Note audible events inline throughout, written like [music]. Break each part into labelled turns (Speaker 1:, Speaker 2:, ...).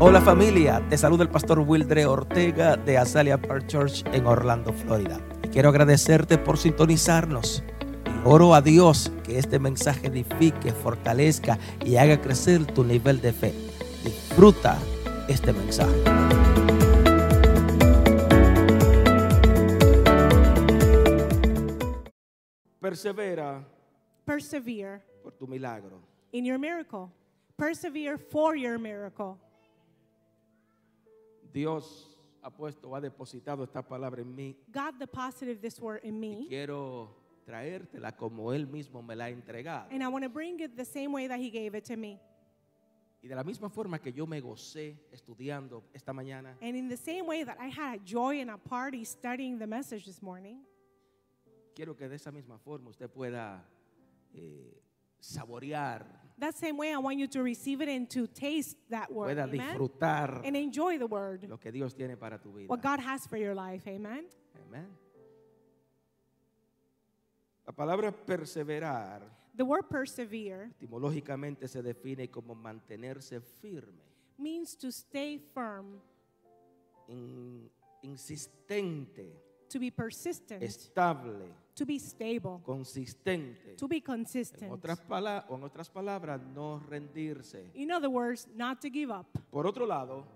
Speaker 1: Hola familia, te saluda el pastor Wildre Ortega de Azalea Park Church en Orlando, Florida. Y quiero agradecerte por sintonizarnos. Y oro a Dios que este mensaje edifique, fortalezca y haga crecer tu nivel de fe. Disfruta este mensaje.
Speaker 2: Persevera
Speaker 3: persevere
Speaker 2: por tu milagro.
Speaker 3: in your miracle. Persevere for your miracle.
Speaker 2: Dios ha puesto, ha depositado esta palabra en mí
Speaker 3: God deposited this word in
Speaker 2: y
Speaker 3: me,
Speaker 2: quiero traértela como Él mismo me la ha entregado.
Speaker 3: and I want to bring it the same way that He gave it to me.
Speaker 2: Y de la misma forma que yo me gocé estudiando esta mañana,
Speaker 3: And in the same way that I had joy in a party studying the message this morning,
Speaker 2: quiero que de esa misma forma usted pueda eh, saborear,
Speaker 3: that same way I want you to receive it and to taste that word.
Speaker 2: pueda
Speaker 3: amen?
Speaker 2: disfrutar
Speaker 3: And enjoy the word,
Speaker 2: lo que Dios tiene para tu vida.
Speaker 3: what God has for your life. Amen.
Speaker 2: Amén. La palabra perseverar
Speaker 3: The word persevere
Speaker 2: etimológicamente se define como mantenerse firme.
Speaker 3: means to stay firm,
Speaker 2: in- insistente,
Speaker 3: to be persistent,
Speaker 2: estable,
Speaker 3: to be stable,
Speaker 2: consistente.
Speaker 3: to be
Speaker 2: En
Speaker 3: consistent.
Speaker 2: otras, pala- o en otras palabras, no rendirse.
Speaker 3: In other words, not to give up.
Speaker 2: Por otro lado,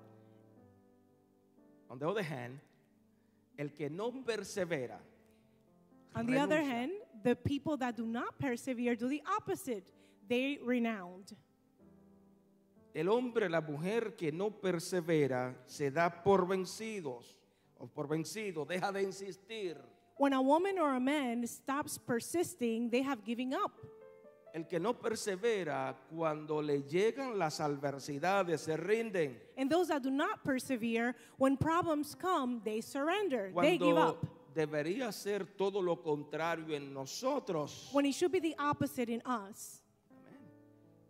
Speaker 2: on the other hand, el que no persevera,
Speaker 3: On the other
Speaker 2: renuncia.
Speaker 3: hand, the people that do not persevere do the opposite. They renowned.
Speaker 2: el hombre, la mujer que no persevera, se da por vencidos o por vencido, deja de insistir.
Speaker 3: When a woman or a man stops persisting, they have giving up.
Speaker 2: El que no persevera, cuando le llegan las adversidades, se rinden.
Speaker 3: And those that do not persevere, when problems come, they surrender. They give
Speaker 2: cuando
Speaker 3: up.
Speaker 2: debería ser todo lo contrario en nosotros.
Speaker 3: When it should be the opposite in us.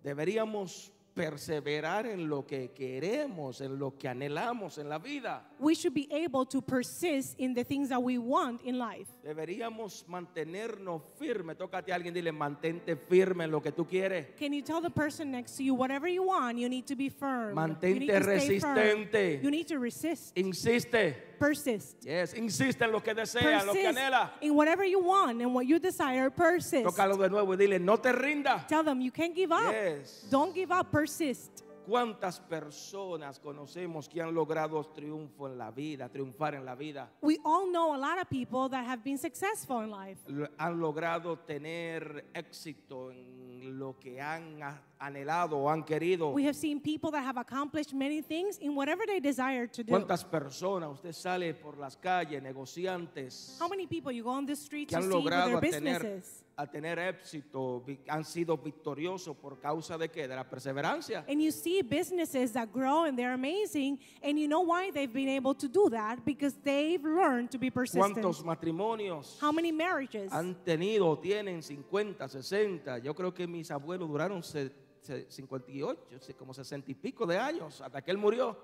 Speaker 2: Deberíamos perseverar en lo que queremos, en lo que anhelamos en la vida.
Speaker 3: We should be able to persist in the things that we want in life.
Speaker 2: Deberíamos mantenernos firmes. Tócate a alguien, dile, mantente firme en lo que tú quieres.
Speaker 3: Can you tell the person next to you whatever you want, you need to be firm. you need
Speaker 2: Mantente
Speaker 3: to stay firm.
Speaker 2: resistente.
Speaker 3: You need to resist.
Speaker 2: Insiste.
Speaker 3: Persist.
Speaker 2: Yes, insiste en lo que desea, en lo que
Speaker 3: persist
Speaker 2: anhela.
Speaker 3: in whatever you want and what you desire persist
Speaker 2: Tócalo de nuevo y dile, no te rindas.
Speaker 3: tell them you can't give up
Speaker 2: Yes.
Speaker 3: don't give up persist
Speaker 2: ¿Cuántas personas conocemos que han logrado triunfo en la vida, triunfar en la vida?
Speaker 3: we all know a lot of people that have been successful in life
Speaker 2: lo- han logrado tener éxito en lo que han a- anhelado o han querido.
Speaker 3: we have seen people that have accomplished many things in whatever they desire to do
Speaker 2: ¿Cuántas personas usted sale por las calles, negociantes,
Speaker 3: how many people you go on the street
Speaker 2: que
Speaker 3: to
Speaker 2: han
Speaker 3: see with
Speaker 2: logrado
Speaker 3: their
Speaker 2: a tener,
Speaker 3: businesses
Speaker 2: a tener éxito, vi- han sido victoriosos por causa de qué? De la perseverancia.
Speaker 3: and you see businesses that grow and they're amazing and you know why they've been able to do that because they've learned to be persistent
Speaker 2: ¿Cuántos matrimonios
Speaker 3: how many marriages
Speaker 2: han tenido o tienen 50, 60? Yo creo que mis abuelos duraron se- se- 58, se- como 60 y pico de años, hasta que él murió.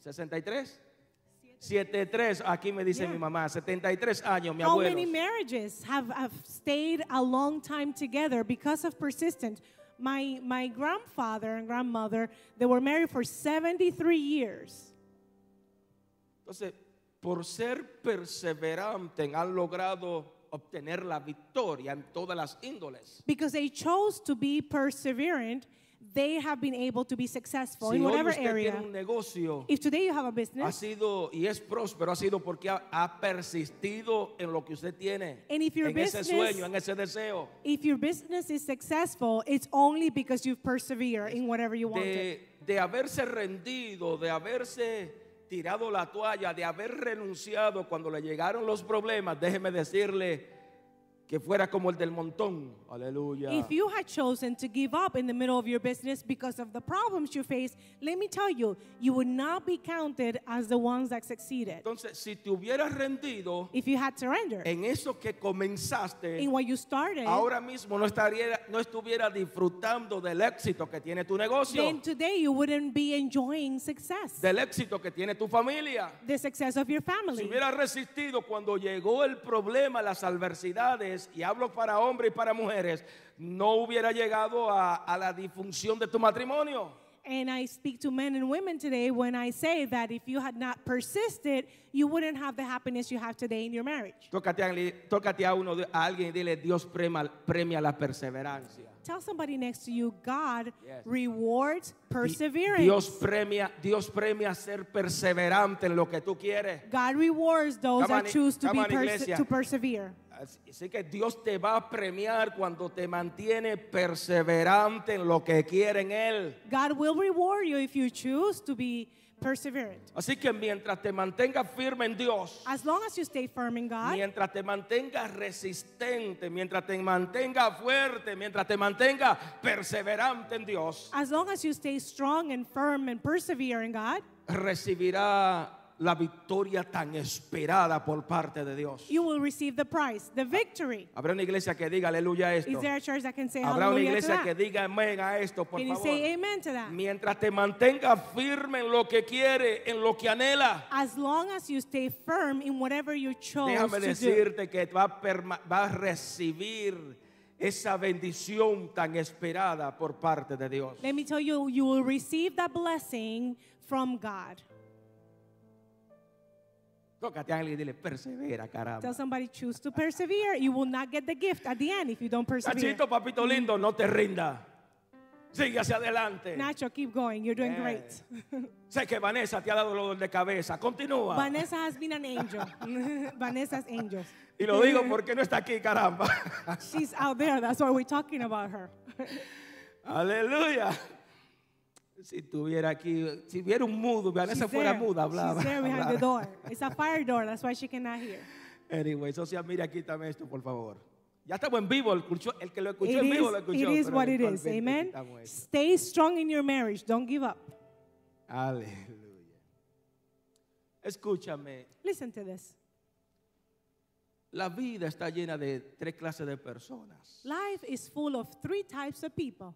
Speaker 2: 63. 73, aquí me dice
Speaker 3: Yeah.
Speaker 2: mi mamá, 73 años, mi
Speaker 3: How many
Speaker 2: abuelo.
Speaker 3: marriages have, have stayed a long time together because of persistence? My, my grandfather and grandmother, they were married for 73 years.
Speaker 2: Entonces, por ser perseverantes, han logrado obtener la victoria en todas las índoles.
Speaker 3: Because they chose to be perseverant, they have been able to be successful
Speaker 2: si
Speaker 3: in
Speaker 2: hoy
Speaker 3: whatever
Speaker 2: usted
Speaker 3: area.
Speaker 2: tiene un negocio,
Speaker 3: If today you have a
Speaker 2: ha
Speaker 3: business,
Speaker 2: sido y es próspero, ha sido porque ha, ha persistido en lo que usted tiene,
Speaker 3: And if your
Speaker 2: en ese
Speaker 3: business-
Speaker 2: sueño, en ese deseo.
Speaker 3: if your business is successful, it's only because you've persevered in whatever you wanted.
Speaker 2: De, de haberse rendido, de haberse tirado la toalla, de haber renunciado cuando le llegaron los problemas, déjeme decirle que fuera como el del montón. Aleluya.
Speaker 3: If you had chosen to give up in the middle of your business because of the problems you faced, let me tell you, you would not be counted as the ones that succeeded.
Speaker 2: Entonces, si te hubieras rendido
Speaker 3: If you had surrendered
Speaker 2: en eso que comenzaste,
Speaker 3: in what you started,
Speaker 2: ahora mismo no, estaría, no estuviera disfrutando del éxito que tiene tu negocio.
Speaker 3: then today you wouldn't be enjoying success,
Speaker 2: del éxito que tiene tu familia.
Speaker 3: the success of your
Speaker 2: Si
Speaker 3: family.
Speaker 2: hubiera resistido cuando llegó el problema, las adversidades, y hablo para hombres y para mujeres, no hubiera llegado a, a la disfunción de tu matrimonio.
Speaker 3: And I speak to men and women today when I say that if you had not persisted, you wouldn't have the happiness you have today in your marriage.
Speaker 2: Tócate a, tócate a uno, de- a alguien y dile, Dios prema- premia la perseverancia.
Speaker 3: Tell somebody next to you, God
Speaker 2: Yes.
Speaker 3: rewards
Speaker 2: Di-
Speaker 3: perseverance.
Speaker 2: Dios premia, Dios premia ser perseverante en lo que tú quieres.
Speaker 3: God rewards those
Speaker 2: Come on,
Speaker 3: that choose to
Speaker 2: come
Speaker 3: be
Speaker 2: on,
Speaker 3: perse-
Speaker 2: iglesia.
Speaker 3: to persevere.
Speaker 2: Así así que Dios te va a premiar cuando te mantiene perseverante en lo que quiere en Él.
Speaker 3: God will reward you if you choose to be perseverant.
Speaker 2: Así que mientras te mantengas firme en Dios,
Speaker 3: As long as you stay firm in God,
Speaker 2: mientras te mantengas resistente, mientras te mantengas fuerte, mientras te mantengas perseverante en Dios,
Speaker 3: as long as you stay strong and firm and persevere in God,
Speaker 2: recibirá la victoria tan esperada por parte de Dios.
Speaker 3: you will receive the prize, the victory.
Speaker 2: Habrá una iglesia que diga aleluya a esto.
Speaker 3: Is there a church that can say
Speaker 2: Habrá una
Speaker 3: hallelujah to
Speaker 2: iglesia
Speaker 3: that?
Speaker 2: que diga amén a esto, por
Speaker 3: can you
Speaker 2: favor.
Speaker 3: say amen to that?
Speaker 2: Mientras te mantengas firme en lo que quiere, en lo que anhela,
Speaker 3: As long as you stay firm in whatever you chose
Speaker 2: déjame
Speaker 3: to do,
Speaker 2: decirte que va a perma- vas a recibir esa bendición tan esperada por parte de Dios.
Speaker 3: let me tell you, you will receive that blessing from God.
Speaker 2: Tócate a alguien y dile, persevera, caramba.
Speaker 3: Tell somebody choose to persevere. You will not get the gift at the end if you don't persevere.
Speaker 2: Nachito, papito lindo, no te rinda. Sigue hacia adelante.
Speaker 3: Nacho, keep going. You're doing
Speaker 2: Yeah. [laughs]
Speaker 3: great.
Speaker 2: Sé que Vanessa te ha dado dolor de cabeza. Continúa.
Speaker 3: Vanessa has been an angel. [laughs] Vanessa's
Speaker 2: [laughs]
Speaker 3: angels.
Speaker 2: Y lo digo porque no está aquí, caramba. [laughs]
Speaker 3: She's out there. That's why we're talking about her.
Speaker 2: Aleluya. Si tuviera aquí, si hubiera un mudo, Vanessa
Speaker 3: She's
Speaker 2: fuera
Speaker 3: there.
Speaker 2: muda, hablaba.
Speaker 3: She's there behind the
Speaker 2: hablara.
Speaker 3: door. It's a fire door. That's why she cannot hear.
Speaker 2: Anyway, socia, mira, quítame esto, por favor. Ya estamos en vivo, el, escuchó- el que lo
Speaker 3: It
Speaker 2: escuchó en vivo
Speaker 3: is,
Speaker 2: lo escuchó.
Speaker 3: it is
Speaker 2: pero
Speaker 3: what it is.
Speaker 2: eventualmente
Speaker 3: Amen.
Speaker 2: quitamos esto.
Speaker 3: Stay strong in your marriage. Don't give up.
Speaker 2: Aleluya. Escúchame,
Speaker 3: Listen to this.
Speaker 2: la vida está llena de tres clases de personas.
Speaker 3: Life is full of three types of people.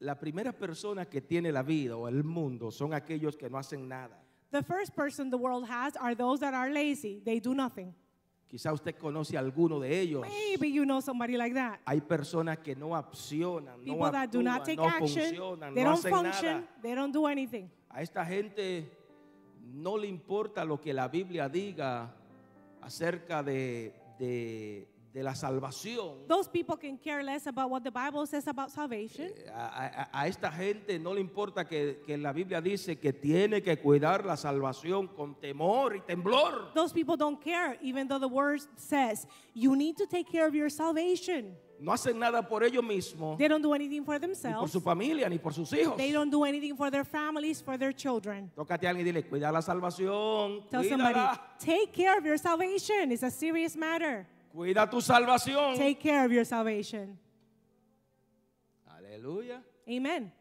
Speaker 2: La primera persona que tiene la vida o el mundo son aquellos que no hacen nada.
Speaker 3: The first person the world has are those that are lazy. They do nothing.
Speaker 2: Quizá usted conoce a alguno de ellos.
Speaker 3: Maybe you know somebody like that.
Speaker 2: Hay personas que no accionan, no
Speaker 3: People that do not
Speaker 2: actúan,
Speaker 3: take
Speaker 2: no
Speaker 3: action.
Speaker 2: funcionan,
Speaker 3: They
Speaker 2: no
Speaker 3: don't
Speaker 2: hacen
Speaker 3: function.
Speaker 2: nada.
Speaker 3: They don't do anything.
Speaker 2: A esta gente no le importa lo que la Biblia diga acerca de, de- de la salvación.
Speaker 3: Those people can care less about what the Bible says about salvation.
Speaker 2: Eh. A, a- a esta gente no le importa que, que la Biblia dice que tiene que cuidar la salvación con temor y temblor.
Speaker 3: Those people don't care, even though the word says you need to take care of your salvation.
Speaker 2: No hacen nada por ellos mismos,
Speaker 3: They don't do anything for
Speaker 2: ni por
Speaker 3: themselves.
Speaker 2: su familia, ni por sus hijos.
Speaker 3: They don't do anything for their families, for their children.
Speaker 2: Tócate a alguien y dile, cuida la salvación,
Speaker 3: Tell somebody,
Speaker 2: cuídala,
Speaker 3: take care of your salvation. It's a serious matter.
Speaker 2: cuida tu salvación.
Speaker 3: Take care of your salvation.
Speaker 2: Aleluya.
Speaker 3: Amen.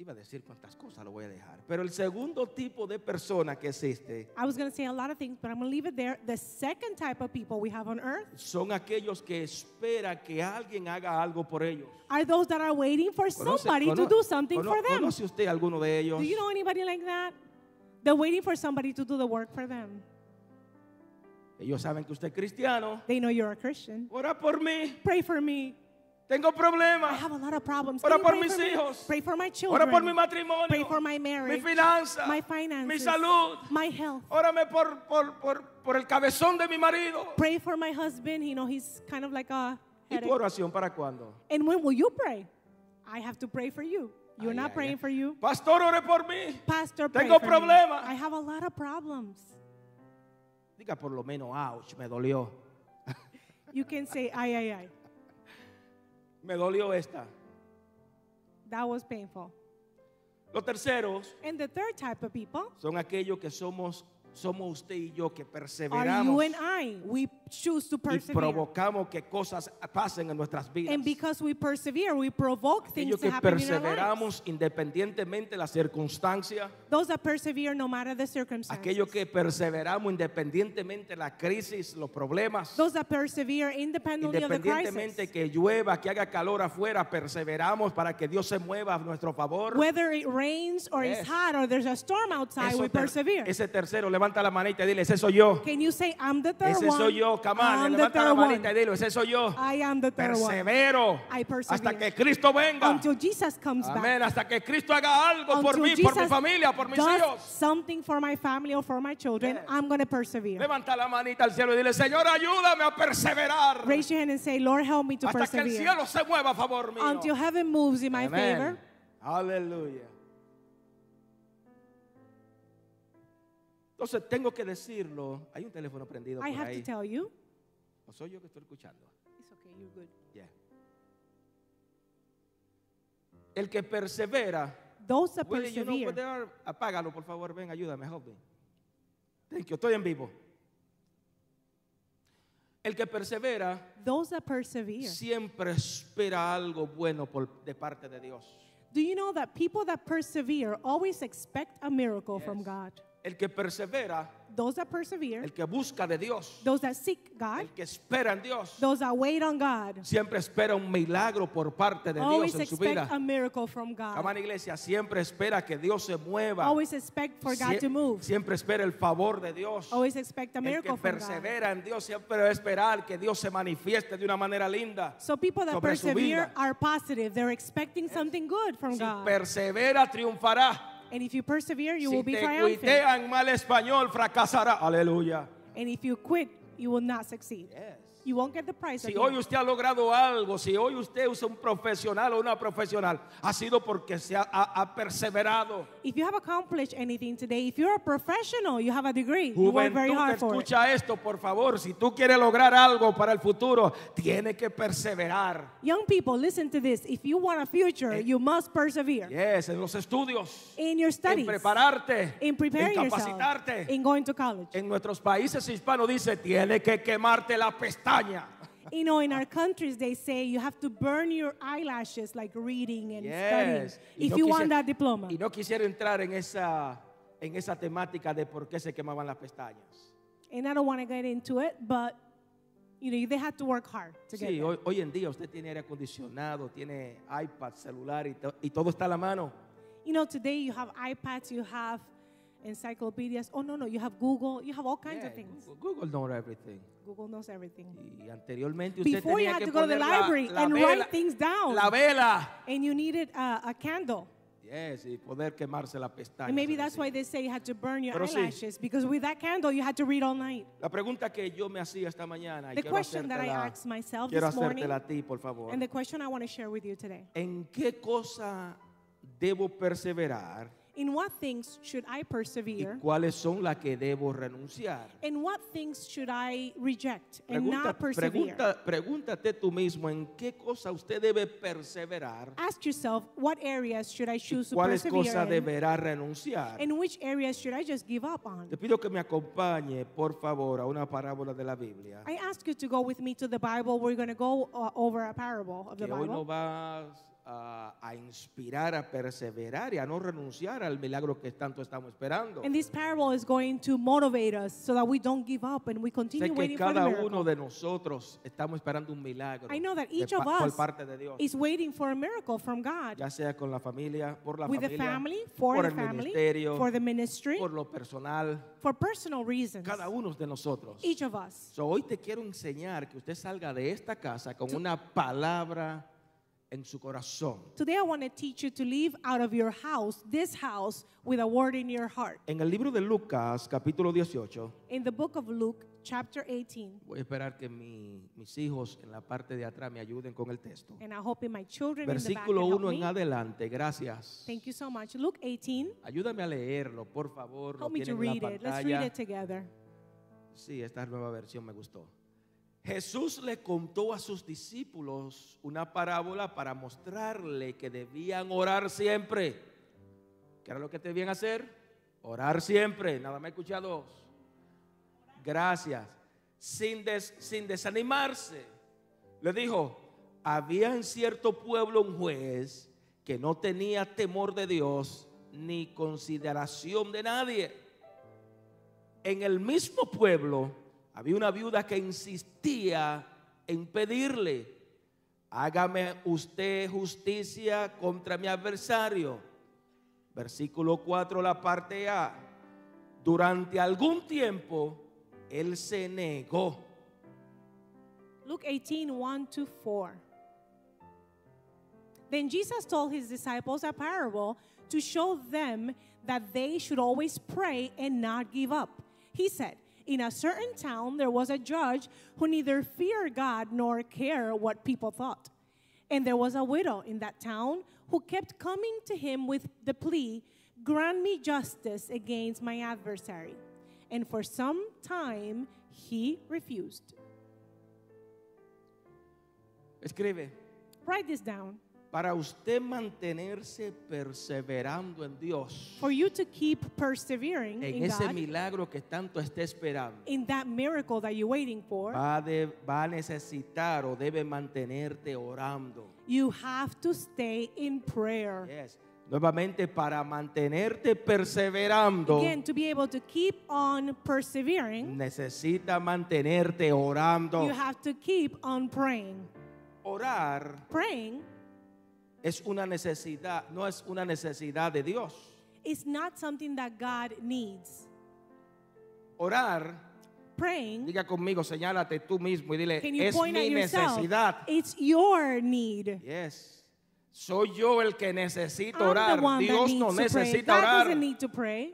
Speaker 2: Iba a decir cuántas cosas, lo voy a dejar. Pero el segundo tipo de persona que existe
Speaker 3: I was going to say a lot of things, but I'm going to leave it there. The second type of people we have on earth
Speaker 2: son aquellos que espera que alguien haga algo por ellos.
Speaker 3: are those that are waiting for
Speaker 2: ¿Conoce-
Speaker 3: somebody
Speaker 2: cono-
Speaker 3: to do something
Speaker 2: cono-
Speaker 3: for them.
Speaker 2: ¿Conoce usted alguno de ellos?
Speaker 3: Do you know anybody like that? They're waiting for somebody to do the work for them.
Speaker 2: Ellos saben que usted es cristiano.
Speaker 3: They know you're a Christian.
Speaker 2: Ora por mí.
Speaker 3: Pray for me.
Speaker 2: Tengo
Speaker 3: I
Speaker 2: problemas.
Speaker 3: have a lot of problems.
Speaker 2: Ora
Speaker 3: Can you
Speaker 2: por
Speaker 3: pray
Speaker 2: mis
Speaker 3: for me?
Speaker 2: hijos.
Speaker 3: Pray for my
Speaker 2: Ora
Speaker 3: children.
Speaker 2: por mi matrimonio.
Speaker 3: Pray for my marriage.
Speaker 2: Mi finanza.
Speaker 3: My finances.
Speaker 2: Mi salud. Oh.
Speaker 3: My health.
Speaker 2: Órame por, por, por, por el cabezón de mi marido.
Speaker 3: Pray for my husband. You know, he's kind of like a
Speaker 2: ¿Y
Speaker 3: headache.
Speaker 2: tu oración para cuándo?
Speaker 3: And when will you pray? I have to pray for you. You're
Speaker 2: Ay,
Speaker 3: not
Speaker 2: ay,
Speaker 3: praying
Speaker 2: ay.
Speaker 3: for you.
Speaker 2: Pastor, ore por mí.
Speaker 3: Pastor, pray
Speaker 2: Tengo
Speaker 3: for me.
Speaker 2: problemas.
Speaker 3: I have a lot of problems.
Speaker 2: Diga por lo menos, ouch, me dolió.
Speaker 3: You can say, ay, ay, ay.
Speaker 2: Me dolió esta.
Speaker 3: That was painful.
Speaker 2: Los terceros
Speaker 3: And the third type of people
Speaker 2: son aquellos que somos, somos usted y yo que
Speaker 3: are you
Speaker 2: perseveramos
Speaker 3: and I. We choose to
Speaker 2: y
Speaker 3: persevere.
Speaker 2: provocamos que cosas pasen en nuestras vidas.
Speaker 3: And because we persevere, we provoque things
Speaker 2: Aquellos
Speaker 3: to
Speaker 2: que
Speaker 3: happen in our lives.
Speaker 2: perseveramos independientemente de la circunstancia,
Speaker 3: Those that persevere no matter the circumstances.
Speaker 2: aquellos que perseveramos independientemente de la crisis, los problemas,
Speaker 3: Those that persevere independently of the
Speaker 2: independientemente
Speaker 3: crisis.
Speaker 2: que llueva, que haga calor afuera, perseveramos para que Dios se mueva a nuestro favor.
Speaker 3: Whether it rains or
Speaker 2: Yes.
Speaker 3: it's hot or there's a storm outside,
Speaker 2: Eso
Speaker 3: we
Speaker 2: ter-
Speaker 3: persevere.
Speaker 2: ese tercero le levanta la manita y dile, ese soy yo.
Speaker 3: Can you say, I'm the third
Speaker 2: Ese
Speaker 3: one?
Speaker 2: soy yo, Camán.
Speaker 3: I'm the
Speaker 2: Levanta la
Speaker 3: third one.
Speaker 2: manita y dile, ese soy yo.
Speaker 3: I am the third one.
Speaker 2: Persevero
Speaker 3: I persevere.
Speaker 2: hasta que Cristo venga.
Speaker 3: Until Jesus comes
Speaker 2: Amén.
Speaker 3: back.
Speaker 2: Hasta que Cristo haga algo por
Speaker 3: Until
Speaker 2: mí, por mi
Speaker 3: Jesus
Speaker 2: familia, por mis
Speaker 3: does
Speaker 2: hijos.
Speaker 3: something for my family or for my children, I'm going to persevere.
Speaker 2: Levanta la manita al cielo y dile, Señor, ayúdame a perseverar
Speaker 3: Raise your hand and say, Lord, help me to
Speaker 2: hasta que el
Speaker 3: persevere.
Speaker 2: cielo se mueva a favor mío.
Speaker 3: Until heaven moves in my
Speaker 2: Amén.
Speaker 3: favor.
Speaker 2: Aleluya. Entonces tengo que decirlo. Hay un teléfono prendido
Speaker 3: I
Speaker 2: por
Speaker 3: have to
Speaker 2: ahí.
Speaker 3: tell you.
Speaker 2: No soy yo que estoy escuchando.
Speaker 3: It's okay, you're good.
Speaker 2: Ya. El que persevera.
Speaker 3: Those that
Speaker 2: Willy, you know what they
Speaker 3: persevere.
Speaker 2: are? Apágalo, por favor. Ven, ayúdame, help me. Thank you. Estoy en vivo. El que persevera
Speaker 3: Those that persevere.
Speaker 2: siempre espera algo bueno por- de parte de Dios.
Speaker 3: Do you know that people that persevere always expect a miracle from God?
Speaker 2: El que persevera
Speaker 3: Those that persevere,
Speaker 2: El que busca de Dios,
Speaker 3: those that seek God,
Speaker 2: el que espera en Dios,
Speaker 3: those that wait on God,
Speaker 2: siempre espera un milagro por parte de Dios
Speaker 3: always
Speaker 2: en su
Speaker 3: expect a
Speaker 2: vida.
Speaker 3: miracle from God.
Speaker 2: Amada iglesia, siempre espera que Dios se mueva.
Speaker 3: Always expect for God
Speaker 2: Sie-
Speaker 3: to move.
Speaker 2: Siempre espera el favor de Dios.
Speaker 3: Always expect a
Speaker 2: El que
Speaker 3: miracle from God.
Speaker 2: persevera en Dios siempre va a esperar que Dios se manifieste de una manera linda.
Speaker 3: So people that
Speaker 2: sobre su
Speaker 3: persevere
Speaker 2: vida.
Speaker 3: are positive. They're expecting something good from
Speaker 2: Si
Speaker 3: God.
Speaker 2: persevera, triunfará.
Speaker 3: And if you persevere, you
Speaker 2: Si
Speaker 3: will be
Speaker 2: te
Speaker 3: triumphant.
Speaker 2: cuitea en mal español, fracasará. Aleluya.
Speaker 3: And if you quit, you will not succeed. You won't get the prize. that
Speaker 2: Si
Speaker 3: you
Speaker 2: hoy
Speaker 3: want.
Speaker 2: usted ha logrado algo, si hoy usted es un profesional o una profesional, ha sido porque se ha, ha- ha perseverado.
Speaker 3: If you have accomplished anything today, if you're a professional, you have a degree, you work very
Speaker 2: Juventud,
Speaker 3: hard for it.
Speaker 2: escucha esto, por favor. Si tú quieres lograr algo para el futuro, tiene que perseverar.
Speaker 3: Young people, listen to this. If you want a future, you must persevere
Speaker 2: Eh, Yes, en los estudios,
Speaker 3: in your
Speaker 2: en
Speaker 3: studies,
Speaker 2: prepararte,
Speaker 3: in preparing
Speaker 2: en
Speaker 3: yourself,
Speaker 2: capacitarte.
Speaker 3: in going to college.
Speaker 2: en nuestros países hispanos dice, tiene que quemarte la pestaña.
Speaker 3: You know, in our countries, they say you have to burn your eyelashes like reading and studying
Speaker 2: Yes. Y
Speaker 3: if
Speaker 2: no
Speaker 3: you
Speaker 2: quise-
Speaker 3: want that diploma.
Speaker 2: Y no quisiera entrar en esa, en esa temática de por qué se quemaban las pestañas.
Speaker 3: And I don't want to get into it, but you know, they had to work hard to get
Speaker 2: Sí,
Speaker 3: there.
Speaker 2: hoy, hoy en día usted tiene aire acondicionado, tiene iPad, celular y, to- y todo está a la mano.
Speaker 3: You know, today you have iPads, you have encyclopedias. Oh, no, no, you have Google, you have all kinds
Speaker 2: Yeah,
Speaker 3: of things.
Speaker 2: Google, Google knows everything.
Speaker 3: Google knows everything.
Speaker 2: Y anteriormente usted
Speaker 3: Before you
Speaker 2: tenía
Speaker 3: had
Speaker 2: que
Speaker 3: to go to the
Speaker 2: poner la-
Speaker 3: library
Speaker 2: la
Speaker 3: and
Speaker 2: vela-
Speaker 3: write things down.
Speaker 2: La vela.
Speaker 3: And you needed a, a candle.
Speaker 2: Yes, y poder quemarse la pestaña.
Speaker 3: And maybe that's why they say you had to burn your
Speaker 2: Pero sí.
Speaker 3: eyelashes because with that candle you had to read all night.
Speaker 2: La pregunta que yo me hacía esta mañana y
Speaker 3: The
Speaker 2: quiero
Speaker 3: question that I
Speaker 2: hacértela-
Speaker 3: asked myself
Speaker 2: quiero
Speaker 3: this morning
Speaker 2: hacértela a ti, por favor.
Speaker 3: and the question I want to share with you today.
Speaker 2: ¿En qué cosa debo perseverar
Speaker 3: In what things should I
Speaker 2: y
Speaker 3: persevere?
Speaker 2: cuáles son las que debo renunciar?
Speaker 3: And what things should I reject and
Speaker 2: Pregunta-
Speaker 3: not persevere?
Speaker 2: pregunta- pregúntate tú mismo en qué cosa usted debe perseverar
Speaker 3: Ask yourself, what areas should I
Speaker 2: y
Speaker 3: choose to
Speaker 2: cuáles
Speaker 3: persevere
Speaker 2: cosas
Speaker 3: in?
Speaker 2: deberá renunciar.
Speaker 3: And which areas should I just give up on?
Speaker 2: Te pido que me acompañe, por favor, a una parábola de la Biblia.
Speaker 3: I ask you to go with me to the Bible. We're going to go uh, over a parable of the
Speaker 2: Que hoy nos
Speaker 3: Bible.
Speaker 2: vas a, a inspirar a perseverar y a no renunciar al milagro que tanto estamos esperando.
Speaker 3: And this parable is going to motivate us so that we don't give up and we continue
Speaker 2: Sé que
Speaker 3: waiting for the
Speaker 2: cada
Speaker 3: miracle.
Speaker 2: uno de nosotros estamos esperando un milagro
Speaker 3: I know that
Speaker 2: de
Speaker 3: each
Speaker 2: pa-
Speaker 3: of
Speaker 2: por
Speaker 3: us
Speaker 2: parte de Dios.
Speaker 3: is waiting for a miracle from God,
Speaker 2: Ya sea con la familia, por la
Speaker 3: with the
Speaker 2: familia,
Speaker 3: family, for
Speaker 2: por
Speaker 3: the
Speaker 2: el
Speaker 3: family,
Speaker 2: ministerio,
Speaker 3: for the ministry,
Speaker 2: por lo personal,
Speaker 3: for personal reasons.
Speaker 2: cada uno de nosotros.
Speaker 3: Each of us.
Speaker 2: So, hoy te quiero enseñar que usted salga de esta casa con una palabra en su corazón.
Speaker 3: Today I want to teach you to leave out of your house, this house, with a word in your heart.
Speaker 2: En el libro de Lucas, capítulo 18,
Speaker 3: In the book of Luke, chapter 18,
Speaker 2: voy a esperar que mi- mis hijos en la parte de atrás me ayuden con el texto.
Speaker 3: and I hope in my children
Speaker 2: Versículo
Speaker 3: in the back can help
Speaker 2: 1 en
Speaker 3: me.
Speaker 2: adelante, gracias.
Speaker 3: Thank you so much. Luke 18.
Speaker 2: Ayúdame a leerlo, por favor. Lo
Speaker 3: Help me to
Speaker 2: tienen en la
Speaker 3: read it. Let's read
Speaker 2: pantalla.
Speaker 3: it together.
Speaker 2: Sí, esta nueva versión me gustó. Jesús le contó a sus discípulos una parábola para mostrarle que debían orar siempre. ¿Qué era lo que debían hacer? Orar siempre. Nada más escuchados. Gracias. Sin, des- sin desanimarse. Le dijo, había en cierto pueblo un juez que no tenía temor de Dios ni consideración de nadie. En el mismo pueblo había una viuda que insistía en pedirle, hágame usted justicia contra mi adversario. Versículo 4, la parte A. Durante algún tiempo, él se negó.
Speaker 3: Luke 18, 1 to 4. Then Jesus told his disciples a parable to show them that they should always pray and not give up. He said, In a certain town there was a judge who neither feared God nor cared what people thought. And there was a widow in that town who kept coming to him with the plea, Grant me justice against my adversary. And for some time he refused.
Speaker 2: Escribe,
Speaker 3: Write this down.
Speaker 2: para usted mantenerse perseverando en Dios,
Speaker 3: For you to keep persevering
Speaker 2: en
Speaker 3: in
Speaker 2: ese
Speaker 3: God,
Speaker 2: milagro que tanto está esperando,
Speaker 3: in that miracle that you're waiting for,
Speaker 2: va a, de- va a necesitar o debe mantenerte orando.
Speaker 3: you have to stay in prayer.
Speaker 2: Yes. Nuevamente, para mantenerte perseverando,
Speaker 3: Again, to be able to keep on persevering,
Speaker 2: necesita mantenerte orando.
Speaker 3: you have to keep on praying.
Speaker 2: Orar
Speaker 3: Praying
Speaker 2: es una necesidad, no es una necesidad de Dios.
Speaker 3: is not something that God needs.
Speaker 2: Orar,
Speaker 3: Praying,
Speaker 2: diga conmigo, señálate tú mismo y dile,
Speaker 3: Hmm? can you
Speaker 2: es
Speaker 3: point at
Speaker 2: mi
Speaker 3: yourself?
Speaker 2: necesidad.
Speaker 3: It's your need.
Speaker 2: Yes. Soy yo el que necesito
Speaker 3: I'm the
Speaker 2: orar.
Speaker 3: one that
Speaker 2: Dios no
Speaker 3: needs to pray.
Speaker 2: necesita
Speaker 3: God
Speaker 2: orar.
Speaker 3: doesn't need to pray.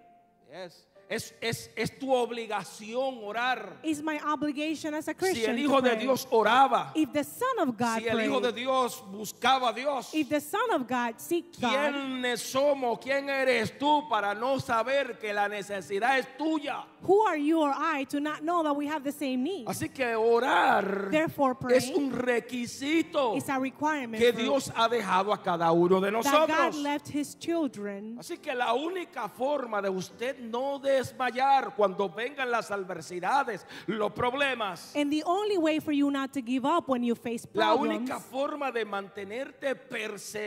Speaker 2: Yes. Es, es, es tu obligación orar.
Speaker 3: It's my obligation as a
Speaker 2: Si
Speaker 3: Christian
Speaker 2: el
Speaker 3: to
Speaker 2: Hijo de
Speaker 3: pray.
Speaker 2: Dios oraba,
Speaker 3: if the Son of God
Speaker 2: si el Hijo de
Speaker 3: prayed,
Speaker 2: Dios buscaba a Dios,
Speaker 3: if the Son of God seek God,
Speaker 2: ¿quiénes somos? ¿Quién eres tú para no saber que la necesidad es tuya?
Speaker 3: who are you or I to not know that we have the same need?
Speaker 2: Así que orar
Speaker 3: Therefore, praying
Speaker 2: es un requisito
Speaker 3: It's a requirement
Speaker 2: que
Speaker 3: for-
Speaker 2: Dios ha dejado a cada uno de
Speaker 3: that God
Speaker 2: nosotros.
Speaker 3: left His children.
Speaker 2: Así que la única forma de usted no desmayar cuando vengan las adversidades, los problemas,
Speaker 3: And the only way for you not to give up when you face
Speaker 2: la
Speaker 3: problems,
Speaker 2: única forma de mantenerte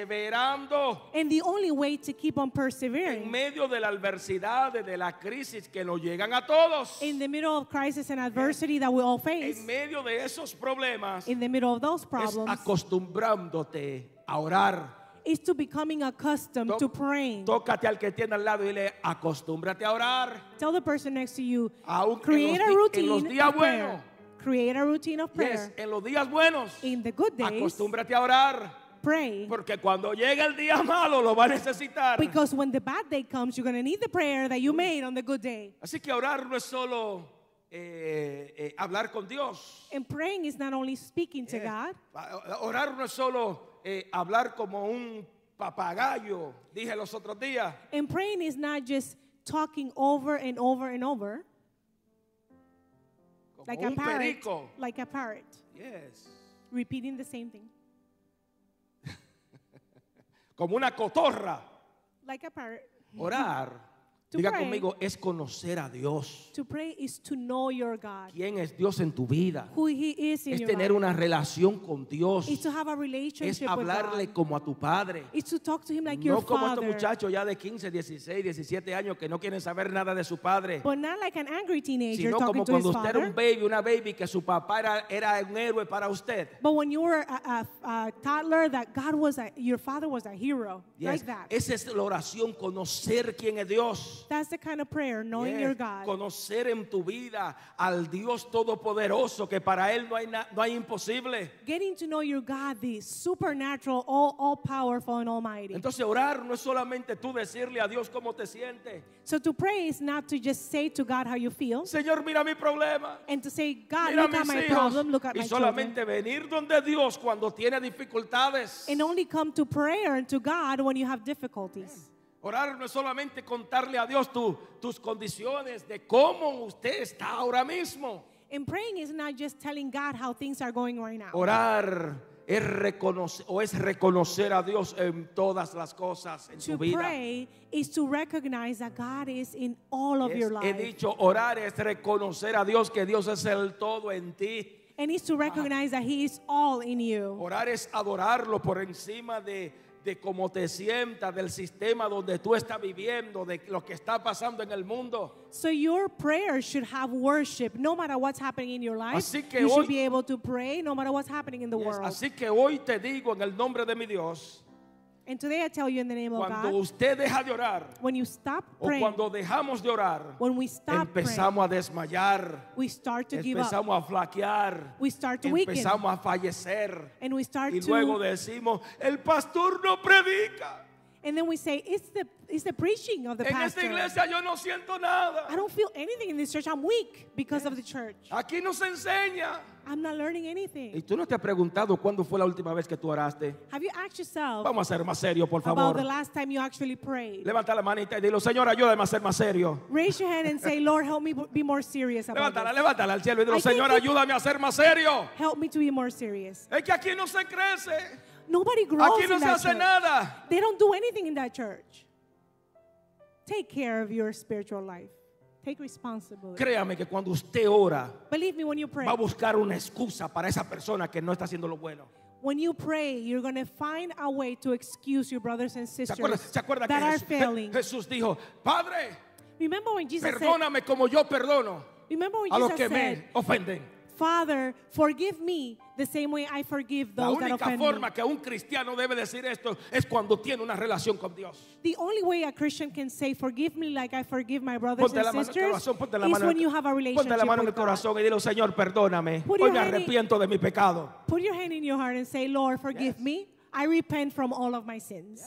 Speaker 2: perseverando
Speaker 3: and the only way to keep on
Speaker 2: en
Speaker 3: persevering
Speaker 2: medio de la adversidad, de la crisis que nos llegan a todos,
Speaker 3: in the middle of crisis and adversity that we all face,
Speaker 2: en medio de esos problemas,
Speaker 3: in the middle of those
Speaker 2: es
Speaker 3: problems,
Speaker 2: acostumbrándote a orar.
Speaker 3: is to becoming accustomed
Speaker 2: Toc-
Speaker 3: to praying.
Speaker 2: Tócate al que tiene al lado y dile, acostúmbrate a orar.
Speaker 3: Tell the person next to you,
Speaker 2: Aun en
Speaker 3: create
Speaker 2: los
Speaker 3: a
Speaker 2: di- en los
Speaker 3: routine
Speaker 2: días
Speaker 3: of prayer. Create a routine of
Speaker 2: Yes,
Speaker 3: prayer.
Speaker 2: en los días buenos,
Speaker 3: In the good days,
Speaker 2: acostúmbrate a orar.
Speaker 3: pray.
Speaker 2: Porque cuando llega el día malo lo va a necesitar.
Speaker 3: Because when the bad day comes, you're going to need the prayer that you made on the good day.
Speaker 2: Así que orar no es solo eh, eh, hablar con Dios.
Speaker 3: And praying is not only speaking to God,
Speaker 2: Eh, Orar no es solo eh, hablar como un papagayo, dije los otros días.
Speaker 3: and praying is not just talking over and over and over
Speaker 2: Como
Speaker 3: like a
Speaker 2: un
Speaker 3: parrot,
Speaker 2: perico.
Speaker 3: like a parrot,
Speaker 2: Yes.
Speaker 3: repeating the same thing,
Speaker 2: Como una cotorra.
Speaker 3: like a parrot.
Speaker 2: Orar,
Speaker 3: Mm-hmm. To
Speaker 2: diga
Speaker 3: pray.
Speaker 2: conmigo, es conocer a Dios.
Speaker 3: To pray is to know your God,
Speaker 2: ¿Quién es Dios en tu vida?
Speaker 3: who He is in
Speaker 2: Es
Speaker 3: your
Speaker 2: tener
Speaker 3: life.
Speaker 2: una relación con Dios.
Speaker 3: is to have a
Speaker 2: Es
Speaker 3: relationship with
Speaker 2: hablarle
Speaker 3: God.
Speaker 2: como a tu padre.
Speaker 3: Is to talk to Him like your
Speaker 2: no como
Speaker 3: father.
Speaker 2: estos muchachos ya de 15, 16, 17 años que no quieren saber nada de su padre,
Speaker 3: But not like an angry teenager
Speaker 2: sino
Speaker 3: talking
Speaker 2: como
Speaker 3: to his
Speaker 2: cuando usted era
Speaker 3: father.
Speaker 2: un baby, una baby que su papá era, era un héroe para usted.
Speaker 3: But when you were a, a, a toddler, that God was a, your father was a hero,
Speaker 2: Yes.
Speaker 3: like that.
Speaker 2: Esa es la oración, conocer quién es Dios.
Speaker 3: That's the kind of prayer, knowing
Speaker 2: Yes.
Speaker 3: your God,
Speaker 2: Conocer en tu vida al Dios Todopoderoso, que para Él no hay, na- no hay imposible.
Speaker 3: getting to know your God, the supernatural, all, all powerful, and almighty.
Speaker 2: Entonces orar no es solamente tú decirle a Dios cómo te sientes.
Speaker 3: so to pray is not to just say to God how you feel,
Speaker 2: Señor, mira mi problema.
Speaker 3: and to say, God,
Speaker 2: Mira
Speaker 3: Ah, look at
Speaker 2: mis
Speaker 3: my
Speaker 2: hijos.
Speaker 3: problem, look at
Speaker 2: y
Speaker 3: my
Speaker 2: solamente
Speaker 3: children.
Speaker 2: venir donde Dios cuando tiene dificultades.
Speaker 3: And only come to prayer and to God when you have difficulties.
Speaker 2: Orar no es solamente contarle a Dios tu- tus condiciones de cómo usted está ahora mismo.
Speaker 3: And praying is not just telling God how things are going right now.
Speaker 2: Orar es reconocer o es reconocer a Dios en todas las cosas en
Speaker 3: to
Speaker 2: su vida.
Speaker 3: pray is to recognize that God is in all of
Speaker 2: Es-
Speaker 3: your
Speaker 2: he
Speaker 3: life.
Speaker 2: dicho, orar es reconocer a Dios que Dios es el todo en ti.
Speaker 3: and is to recognize that He is all in you.
Speaker 2: Orar es adorarlo por encima de, de cómo te sientas, del sistema donde tú estás viviendo, de lo que está pasando en el mundo.
Speaker 3: So your prayer should have worship no matter what's happening in your life.
Speaker 2: Así que
Speaker 3: you
Speaker 2: hoy-
Speaker 3: should be able to pray no matter what's happening in the
Speaker 2: Yes,
Speaker 3: world.
Speaker 2: Así que hoy te digo en el nombre de mi Dios,
Speaker 3: And today I tell you in the name of
Speaker 2: Cuando
Speaker 3: God,
Speaker 2: usted deja de orar
Speaker 3: when you stop
Speaker 2: o
Speaker 3: praying,
Speaker 2: cuando dejamos de orar,
Speaker 3: when we stop praying,
Speaker 2: empezamos a desmayar,
Speaker 3: we start to give up.
Speaker 2: empezamos a flaquear,
Speaker 3: We start to weaken.
Speaker 2: empezamos a fallecer
Speaker 3: And we start
Speaker 2: y
Speaker 3: to
Speaker 2: luego decimos, el pastor no predica.
Speaker 3: And then we say, it's the, it's the preaching of the
Speaker 2: En esta
Speaker 3: pastor.
Speaker 2: iglesia yo no siento nada.
Speaker 3: I don't feel anything in this church. I'm weak because of the church.
Speaker 2: Aquí no se enseña.
Speaker 3: I'm not learning
Speaker 2: ¿Y
Speaker 3: anything.
Speaker 2: tú no te has preguntado cuándo fue la última vez que tú oraste?
Speaker 3: Have you asked yourself
Speaker 2: Vamos a ser más serio, por
Speaker 3: about the
Speaker 2: favor.
Speaker 3: last time you actually prayed?
Speaker 2: Levanta la manita y dilo, Señor, ayúdame a ser más serio.
Speaker 3: Raise your hand and say, Lord, help me be more serious about
Speaker 2: Levántala,
Speaker 3: this.
Speaker 2: levántala al cielo y dilo,
Speaker 3: I think
Speaker 2: Señor,
Speaker 3: we-
Speaker 2: ayúdame a ser más serio.
Speaker 3: Help me to be more serious.
Speaker 2: Es que aquí no se crece.
Speaker 3: Nobody grows
Speaker 2: Aquí
Speaker 3: in
Speaker 2: no se
Speaker 3: that
Speaker 2: hace
Speaker 3: church.
Speaker 2: nada.
Speaker 3: They don't do anything in that church. Take care of your spiritual life. Take responsibility.
Speaker 2: Créame que cuando usted ora,
Speaker 3: Believe me when you pray.
Speaker 2: va a buscar una excusa para esa persona que no está haciendo lo bueno.
Speaker 3: When you pray, you're going to find a way to excuse your brothers and
Speaker 2: ¿Se
Speaker 3: sisters
Speaker 2: acuerda, se acuerda que
Speaker 3: that are
Speaker 2: Jesús,
Speaker 3: failing.
Speaker 2: Jesús dijo, Padre,
Speaker 3: Remember when Jesus said,
Speaker 2: perdóname como yo perdono
Speaker 3: remember when
Speaker 2: a los
Speaker 3: Jesus
Speaker 2: que
Speaker 3: said,
Speaker 2: me ofenden.
Speaker 3: Father, forgive me the same way I forgive
Speaker 2: La
Speaker 3: those that
Speaker 2: única
Speaker 3: offend me.
Speaker 2: forma que un cristiano debe decir esto es cuando tiene una relación con Dios.
Speaker 3: The only way a Christian can say, forgive me like I forgive my brothers
Speaker 2: Ponte la
Speaker 3: and
Speaker 2: mano en el
Speaker 3: sisters
Speaker 2: corazón, ponte la
Speaker 3: is
Speaker 2: mano, en
Speaker 3: when
Speaker 2: el-
Speaker 3: you have a
Speaker 2: ponte la
Speaker 3: relationship
Speaker 2: mano en el
Speaker 3: with God.
Speaker 2: corazón y dile, Señor, perdóname.
Speaker 3: Put
Speaker 2: Hoy
Speaker 3: your
Speaker 2: me
Speaker 3: hand in-
Speaker 2: arrepiento de mi pecado.
Speaker 3: Put your hand in your heart and say, Lord, forgive
Speaker 2: Yes.
Speaker 3: me. I repent from all of my sins.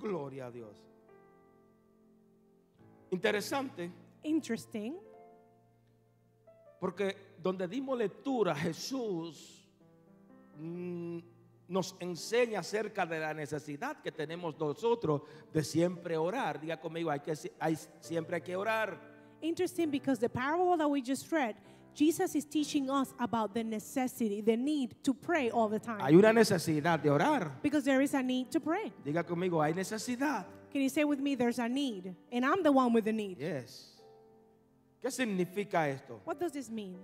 Speaker 2: Gloria a Dios. Interesante,
Speaker 3: Interesting.
Speaker 2: porque donde dimos lectura, Jesús mm, nos enseña acerca de la necesidad que tenemos nosotros de siempre orar. Diga conmigo, hay que, hay- siempre hay que orar.
Speaker 3: Interesting because the parable that we just read, Jesus is teaching us about the necessity, the need to pray all the time.
Speaker 2: Hay una necesidad de orar.
Speaker 3: because there is a need to pray.
Speaker 2: Diga conmigo, hay necesidad.
Speaker 3: Can you say with me, there's a need? And I'm the one with the need.
Speaker 2: Yes. ¿Qué significa esto?
Speaker 3: What does this mean?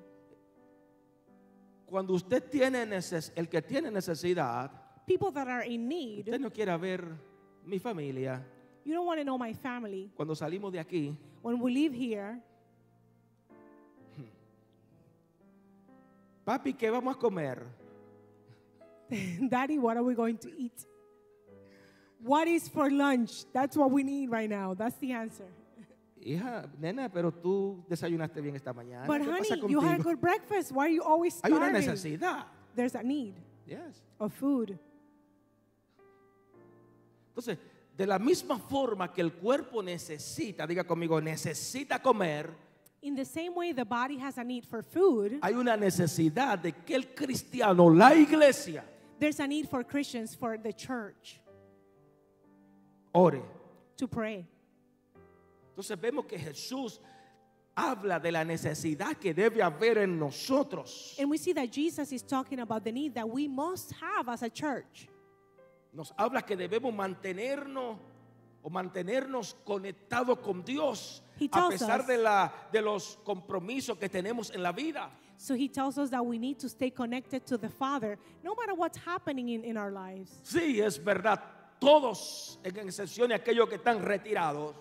Speaker 2: Cuando usted tiene neces el que tiene necesidad,
Speaker 3: People that are in need,
Speaker 2: usted no quiere ver mi familia.
Speaker 3: you don't want to know my family.
Speaker 2: Cuando salimos de aquí,
Speaker 3: When we leave here,
Speaker 2: papi, ¿qué vamos a comer?
Speaker 3: [laughs] Daddy, what are we going to eat? What is for lunch? That's what we need right now. That's the answer.
Speaker 2: Hija, nena, pero tú desayunaste bien esta mañana.
Speaker 3: But
Speaker 2: ¿Qué
Speaker 3: honey,
Speaker 2: pasa
Speaker 3: you had a
Speaker 2: contigo?
Speaker 3: good breakfast. Why are you always
Speaker 2: Hay una
Speaker 3: starving?
Speaker 2: necesidad.
Speaker 3: There's a need
Speaker 2: Yes.
Speaker 3: of food.
Speaker 2: Entonces, de la misma forma que el cuerpo necesita, diga conmigo, necesita comer,
Speaker 3: In the same way the body has a need for food,
Speaker 2: Hay una necesidad de que el cristiano, la iglesia,
Speaker 3: there's a need for Christians, for the church
Speaker 2: ore.
Speaker 3: to pray.
Speaker 2: Entonces vemos que Jesús habla de la necesidad que debe haber en nosotros.
Speaker 3: And we see that Jesus is talking about the need that we must have as a church.
Speaker 2: Nos habla que debemos mantenernos o mantenernos conectados con Dios
Speaker 3: He
Speaker 2: a
Speaker 3: tells
Speaker 2: pesar
Speaker 3: us-
Speaker 2: de, la, de los compromisos que tenemos en la vida.
Speaker 3: So he tells us that we need to stay connected to the Father no matter what's happening in, in our lives.
Speaker 2: Sí, es verdad, todos, en excepción de aquellos que están retirados,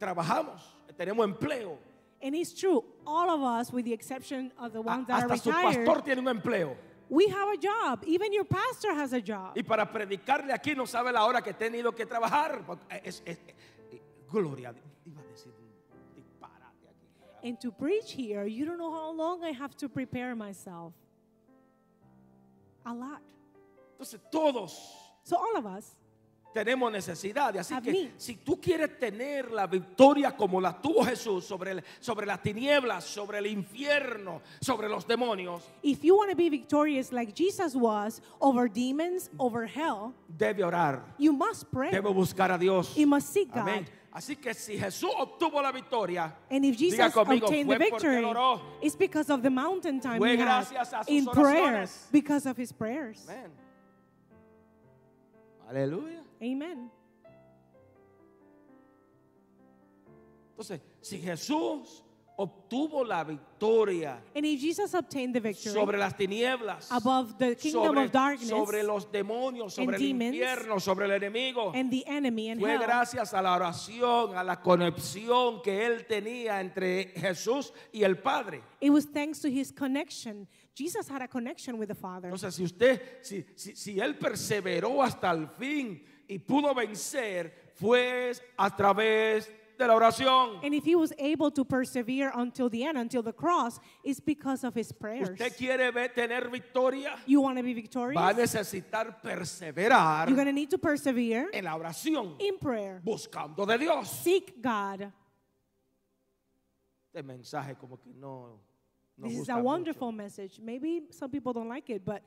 Speaker 2: trabajamos, tenemos empleo.
Speaker 3: And it's true, all of us, with the exception of the
Speaker 2: A-
Speaker 3: ones that are
Speaker 2: Hasta su pastor
Speaker 3: retired,
Speaker 2: tiene un empleo.
Speaker 3: we have a job. Even your pastor has a job.
Speaker 2: Y para predicarle aquí no sabe la hora que he tenido que trabajar. Porque Es, es- es- gloria a Dios. Iba a decir un disparate aquí.
Speaker 3: And to preach here, you don't know how long I have to prepare myself. A lot.
Speaker 2: Entonces todos
Speaker 3: So all of us,
Speaker 2: tenemos necesidades. Así
Speaker 3: Have
Speaker 2: que
Speaker 3: need.
Speaker 2: si tú quieres tener la victoria como la tuvo Jesús sobre, el- sobre las tinieblas, sobre el infierno, sobre los demonios,
Speaker 3: if you want to be victorious like Jesus was over demons, over hell,
Speaker 2: debe orar.
Speaker 3: you must pray.
Speaker 2: Debe buscar a Dios.
Speaker 3: You must seek God.
Speaker 2: Amén. Así que si Jesús obtuvo la victoria,
Speaker 3: And if Jesus
Speaker 2: diga conmigo,
Speaker 3: obtained the
Speaker 2: fue porque él
Speaker 3: victory,
Speaker 2: oró.
Speaker 3: it's because of the mountain time
Speaker 2: Fue
Speaker 3: he had
Speaker 2: gracias a sus
Speaker 3: in prayer,
Speaker 2: oraciones.
Speaker 3: because of his prayers.
Speaker 2: Amén. Aleluya.
Speaker 3: Amen.
Speaker 2: Entonces, si Jesús obtuvo la victoria
Speaker 3: And if Jesus obtained the victory
Speaker 2: sobre las tinieblas,
Speaker 3: above the kingdom
Speaker 2: sobre,
Speaker 3: of darkness
Speaker 2: sobre los demonios, sobre el
Speaker 3: demons,
Speaker 2: infierno, sobre el enemigo.
Speaker 3: and the enemy and
Speaker 2: Fue
Speaker 3: hell,
Speaker 2: gracias a la oración, a la conexión que él tenía entre Jesús y el Padre.
Speaker 3: it was thanks to his connection. Jesus had a connection with the Father.
Speaker 2: Entonces, si usted, si, si, si él perseveró hasta el fin y pudo vencer, fue a través de la oración.
Speaker 3: And if he was able to persevere until the end, until the cross, it's because of his prayers.
Speaker 2: Usted quiere ver- tener victoria,
Speaker 3: You want to be
Speaker 2: va a
Speaker 3: victorious?
Speaker 2: necesitar perseverar
Speaker 3: You're going to need to persevere
Speaker 2: en la oración,
Speaker 3: in prayer.
Speaker 2: buscando de Dios.
Speaker 3: Seek God.
Speaker 2: Este mensaje como que no, no
Speaker 3: This is
Speaker 2: gusta
Speaker 3: a
Speaker 2: mucho.
Speaker 3: wonderful message. Maybe some people don't like it, but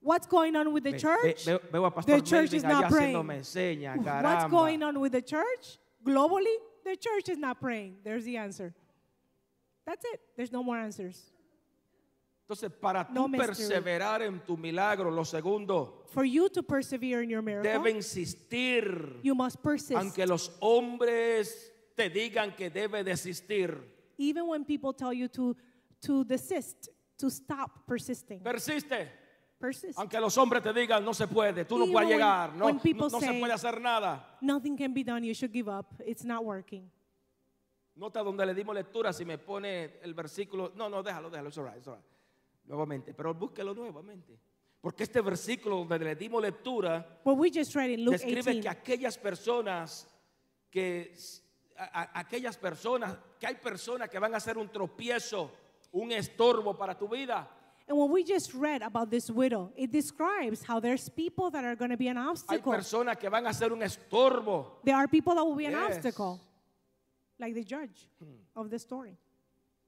Speaker 3: what's going on with the
Speaker 2: Ve-
Speaker 3: church?
Speaker 2: ve- veo- veo a Pastor
Speaker 3: the church
Speaker 2: Melvin
Speaker 3: is not
Speaker 2: allá
Speaker 3: praying.
Speaker 2: haciéndome señas,
Speaker 3: What's
Speaker 2: caramba.
Speaker 3: going on with the church? Globally, the church is not praying. There's the answer. That's it. There's no more answers.
Speaker 2: Entonces, para
Speaker 3: No
Speaker 2: tú
Speaker 3: mystery.
Speaker 2: perseverar en tu milagro, lo segundo,
Speaker 3: For you to persevere in your miracle,
Speaker 2: debe insistir.
Speaker 3: you must persist.
Speaker 2: Aunque los hombres te digan que debe desistir,
Speaker 3: Even when people tell you to, to desist, to stop persisting,
Speaker 2: persiste.
Speaker 3: persist.
Speaker 2: Aunque los hombres te digan no se puede, tú no
Speaker 3: Even
Speaker 2: puedes
Speaker 3: when-
Speaker 2: llegar, no,
Speaker 3: when people
Speaker 2: no- no se
Speaker 3: say-
Speaker 2: puede hacer nada.
Speaker 3: Nothing can be done. You should give up. It's not working.
Speaker 2: Nota donde le dimos lectura, si me pone el versículo, no, no, déjalo, déjalo, it's all right, it's all right. nuevamente, pero búsquelo nuevamente. Porque este versículo donde le dimos lectura
Speaker 3: What we just read in Luke
Speaker 2: describe
Speaker 3: 18.
Speaker 2: que aquellas personas que s- a- a- aquellas personas que hay personas que van a ser un tropiezo, un estorbo para tu vida.
Speaker 3: And what we just read about this widow, it describes how there's people that are going to be an
Speaker 2: Hay
Speaker 3: obstacle.
Speaker 2: personas que van a ser un estorbo.
Speaker 3: There are people that will be an
Speaker 2: Yes. Hmm.
Speaker 3: obstacle, like the judge of the story.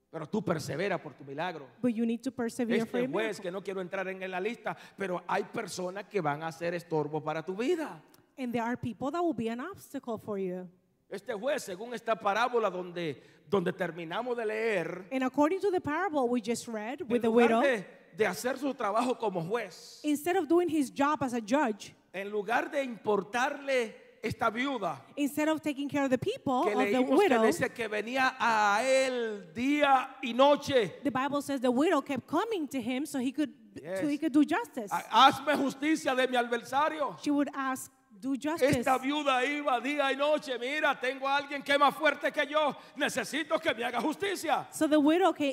Speaker 2: Pero tú persevera por tu milagro.
Speaker 3: But you need to persevere for
Speaker 2: Este juez
Speaker 3: your miracle.
Speaker 2: que no quiero entrar en la lista, pero hay personas que van a ser estorbo para tu vida.
Speaker 3: And there are people that will be an obstacle for you.
Speaker 2: Este juez, según esta parábola donde, donde terminamos de leer,
Speaker 3: And according to the parable we just read with
Speaker 2: en
Speaker 3: the
Speaker 2: lugar
Speaker 3: widow,
Speaker 2: de, de hacer su trabajo como juez,
Speaker 3: instead of doing his job as a judge,
Speaker 2: en lugar de importarle esta viuda,
Speaker 3: instead of taking care of the people
Speaker 2: que
Speaker 3: of the
Speaker 2: leímos que
Speaker 3: widow,
Speaker 2: dice que venía a él día y noche,
Speaker 3: the Bible says the widow kept coming to him so he could so
Speaker 2: Yes.
Speaker 3: he could do justice.
Speaker 2: "Ha- hazme justicia de mi adversario.
Speaker 3: she would ask, "Do justice."
Speaker 2: Esta viuda iba día y noche, mira, tengo a alguien que es más fuerte que yo, necesito que me haga justicia.
Speaker 3: So the widow can,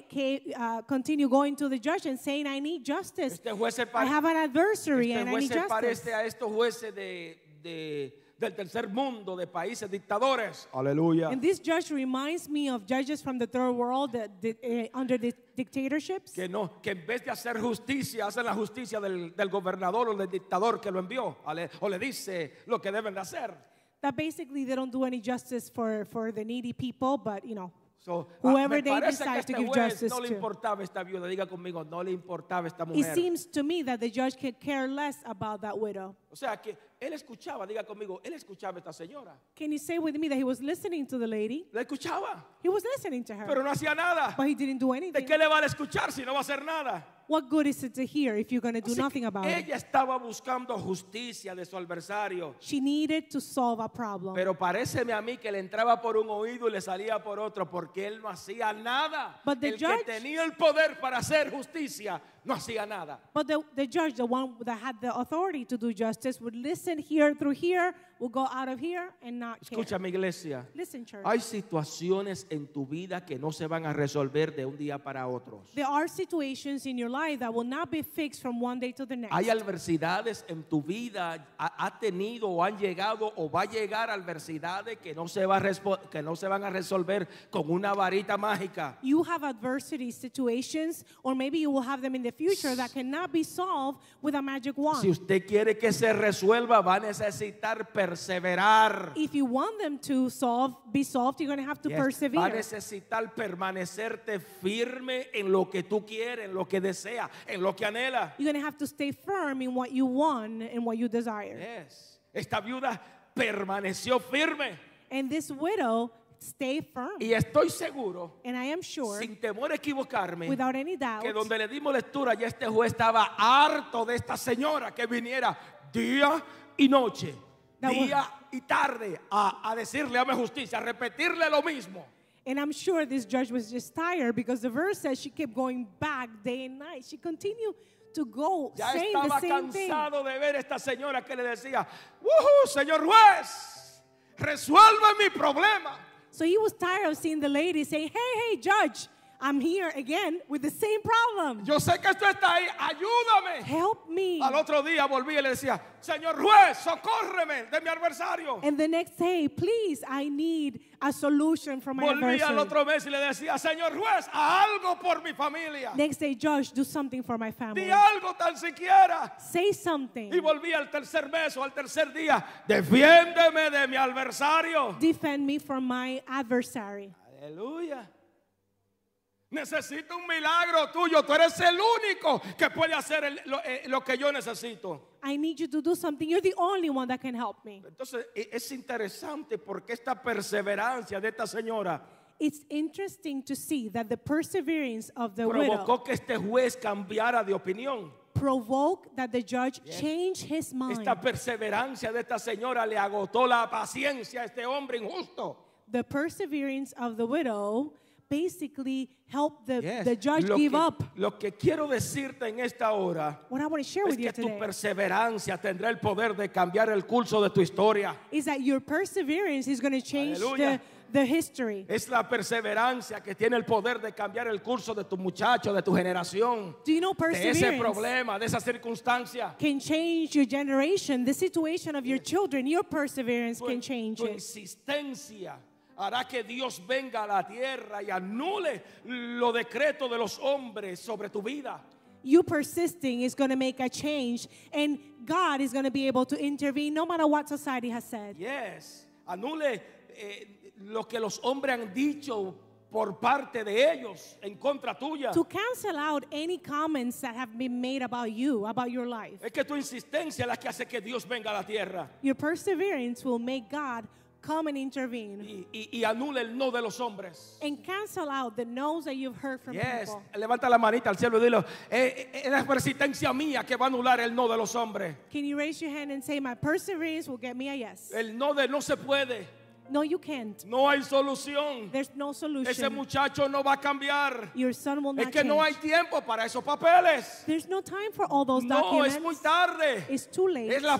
Speaker 3: uh, continue going to the judge and saying, I need justice.
Speaker 2: Este juez se,
Speaker 3: I
Speaker 2: pare-
Speaker 3: have an adversary
Speaker 2: este
Speaker 3: and I
Speaker 2: juez
Speaker 3: need
Speaker 2: se
Speaker 3: justice.
Speaker 2: parece a estos jueces de, de- del tercer mundo, de países dictadores. Aleluya.
Speaker 3: And this judge reminds me of judges from the third world that did, uh, under the dictatorships
Speaker 2: Que no, que en vez de hacer justicia, hacen la justicia del, del gobernador o del dictador que lo envió, ale- o le dice lo que deben de hacer.
Speaker 3: that basically they don't do any justice for, for the needy people, but you know,
Speaker 2: So, ah,
Speaker 3: whoever
Speaker 2: me
Speaker 3: they
Speaker 2: parece que
Speaker 3: decide
Speaker 2: este
Speaker 3: to give
Speaker 2: juez
Speaker 3: justice
Speaker 2: no le
Speaker 3: to.
Speaker 2: importaba esta viuda, diga conmigo, no le importaba esta
Speaker 3: It
Speaker 2: mujer.
Speaker 3: seems to me that the judge could care less about that widow.
Speaker 2: O sea que él escuchaba, diga conmigo, él escuchaba a esta señora.
Speaker 3: Can you say with me that he was listening to the lady?
Speaker 2: La escuchaba,
Speaker 3: He was listening to
Speaker 2: pero
Speaker 3: her,
Speaker 2: no hacía nada.
Speaker 3: but he didn't do
Speaker 2: ¿De
Speaker 3: anything.
Speaker 2: qué le vale escuchar si no va a hacer nada?
Speaker 3: What good is it to hear if you're going to do
Speaker 2: Así que
Speaker 3: nothing about it?
Speaker 2: ella estaba buscando justicia de su adversario,
Speaker 3: She needed to solve a problem.
Speaker 2: pero pareceme a mí que le entraba por un oído y le salía por otro porque él no hacía nada.
Speaker 3: But the
Speaker 2: el
Speaker 3: judge-
Speaker 2: que tenía el poder para hacer justicia no hacía nada.
Speaker 3: But the, the judge, the one that had the authority to do justice, would listen here through here, would go out of here and not care.
Speaker 2: Escúchame iglesia.
Speaker 3: Listen, church.
Speaker 2: Hay situaciones en tu vida que no se van a resolver de un día para otro.
Speaker 3: there are situations in your life that will not be fixed from one day to the next.
Speaker 2: Hay adversidades en tu vida, ha, ha tenido o han llegado o va a llegar adversidades que no, se va a respo- que no se van a resolver con una varita mágica.
Speaker 3: you have adversity situations, or maybe you will have them in the future that cannot be solved with a magic wand.
Speaker 2: Si usted quiere que se resuelva, va a necesitar perseverar.
Speaker 3: if you want them to solve, be solved, you're going to have to
Speaker 2: Yes. Va a
Speaker 3: persevere.
Speaker 2: necesitar permanecerte firme en lo que tú quieres, en lo que deseas, en lo que anhelas.
Speaker 3: You're going to have to stay firm in what you want and what you desire.
Speaker 2: Eh. Yes. Esta viuda permaneció firme
Speaker 3: And this widow stayed firm.
Speaker 2: y estoy seguro,
Speaker 3: And I am sure,
Speaker 2: sin temor a equivocarme,
Speaker 3: without any doubt,
Speaker 2: que donde le dimos lectura ya este juez estaba harto de esta señora que viniera día y noche,
Speaker 3: That was-
Speaker 2: día y tarde a, a decirle, hame justicia, a repetirle lo mismo.
Speaker 3: And I'm sure this judge was just tired because the verse says she kept going back day and night. She continued to go
Speaker 2: Ya
Speaker 3: saying
Speaker 2: estaba
Speaker 3: the same thing.
Speaker 2: cansado de ver a esta señora que le decía, "Wujú, señor juez, resuelva mi problema.
Speaker 3: So he was tired of seeing the lady saying, Hey, hey, judge, I'm here again with the same problem.
Speaker 2: Yo sé que esto está ahí, ayúdame.
Speaker 3: Help me.
Speaker 2: Al otro día volví y le decía, señor juez, socórreme de mi adversario.
Speaker 3: And the next day, please, I need a solution for my
Speaker 2: Volví al
Speaker 3: adversary.
Speaker 2: otro mes y le decía, señor juez, haz algo por mi familia.
Speaker 3: Next day, judge, do something for my family.
Speaker 2: Di algo tan siquiera.
Speaker 3: Say something.
Speaker 2: Y volví al tercer mes o al tercer día, defiéndeme de mi adversario.
Speaker 3: Defend me from my adversary.
Speaker 2: Aleluya. Necesito un milagro tuyo. Tú eres el único que puede hacer el- lo, eh, lo que yo necesito.
Speaker 3: I need you to do something. You're the only one that can help me.
Speaker 2: Entonces e- es interesante porque esta perseverancia de esta señora
Speaker 3: It's interesting to see that the perseverance of the widow
Speaker 2: provocó que este juez cambiara de opinión.
Speaker 3: provoked that the judge change his mind.
Speaker 2: Esta perseverancia de esta señora le agotó la paciencia a este hombre injusto.
Speaker 3: the perseverance of the widow basically helped the,
Speaker 2: Yes.
Speaker 3: the judge
Speaker 2: Lo
Speaker 3: give
Speaker 2: que-
Speaker 3: up.
Speaker 2: Lo que quiero decirte en esta hora
Speaker 3: What I want to share
Speaker 2: es
Speaker 3: with you
Speaker 2: que tu
Speaker 3: today
Speaker 2: perseverancia tendrá el poder de cambiar el curso de tu historia.
Speaker 3: is that your perseverance is going to change the,
Speaker 2: Aleluya.
Speaker 3: the history.
Speaker 2: Es la perseverancia que tiene el poder de cambiar el curso de tu muchacho, de tu generación,
Speaker 3: Do you know
Speaker 2: de ese
Speaker 3: perseverance
Speaker 2: problema, de esa circunstancia.
Speaker 3: can change your generation, the situation of your children? Your perseverance
Speaker 2: Tu,
Speaker 3: can change
Speaker 2: tu
Speaker 3: it.
Speaker 2: insistencia hará que Dios venga a la tierra y anule los decretos de los hombres sobre tu vida.
Speaker 3: You persisting is going to make a change, and God is going to be able to intervene no matter what society has said.
Speaker 2: Yes, anule eh, lo que los hombres han dicho por parte de ellos en contra tuya.
Speaker 3: To cancel out any comments that have been made about you, about your life.
Speaker 2: Es que tu insistencia es la que hace que Dios venga a la tierra
Speaker 3: Your perseverance will make God come and intervene
Speaker 2: y, y- y anule el no de los hombres.
Speaker 3: and cancel out the no's that you've heard from
Speaker 2: Yes,
Speaker 3: people.
Speaker 2: levanta la manita al cielo y dilo, "Eh, eh, es la persistencia mía que va a anular el no de los hombres.
Speaker 3: Can you raise your hand and say, My perseverance will get me a yes?
Speaker 2: El no de no se puede,
Speaker 3: No, you can't.
Speaker 2: no hay solución.
Speaker 3: There's no
Speaker 2: Ese
Speaker 3: solution.
Speaker 2: muchacho no va a cambiar.
Speaker 3: Your son will
Speaker 2: Es
Speaker 3: not
Speaker 2: que
Speaker 3: change.
Speaker 2: no hay tiempo para esos papeles.
Speaker 3: There's no time for all those
Speaker 2: No, es muy
Speaker 3: documents.
Speaker 2: tarde.
Speaker 3: It's too late.
Speaker 2: Es la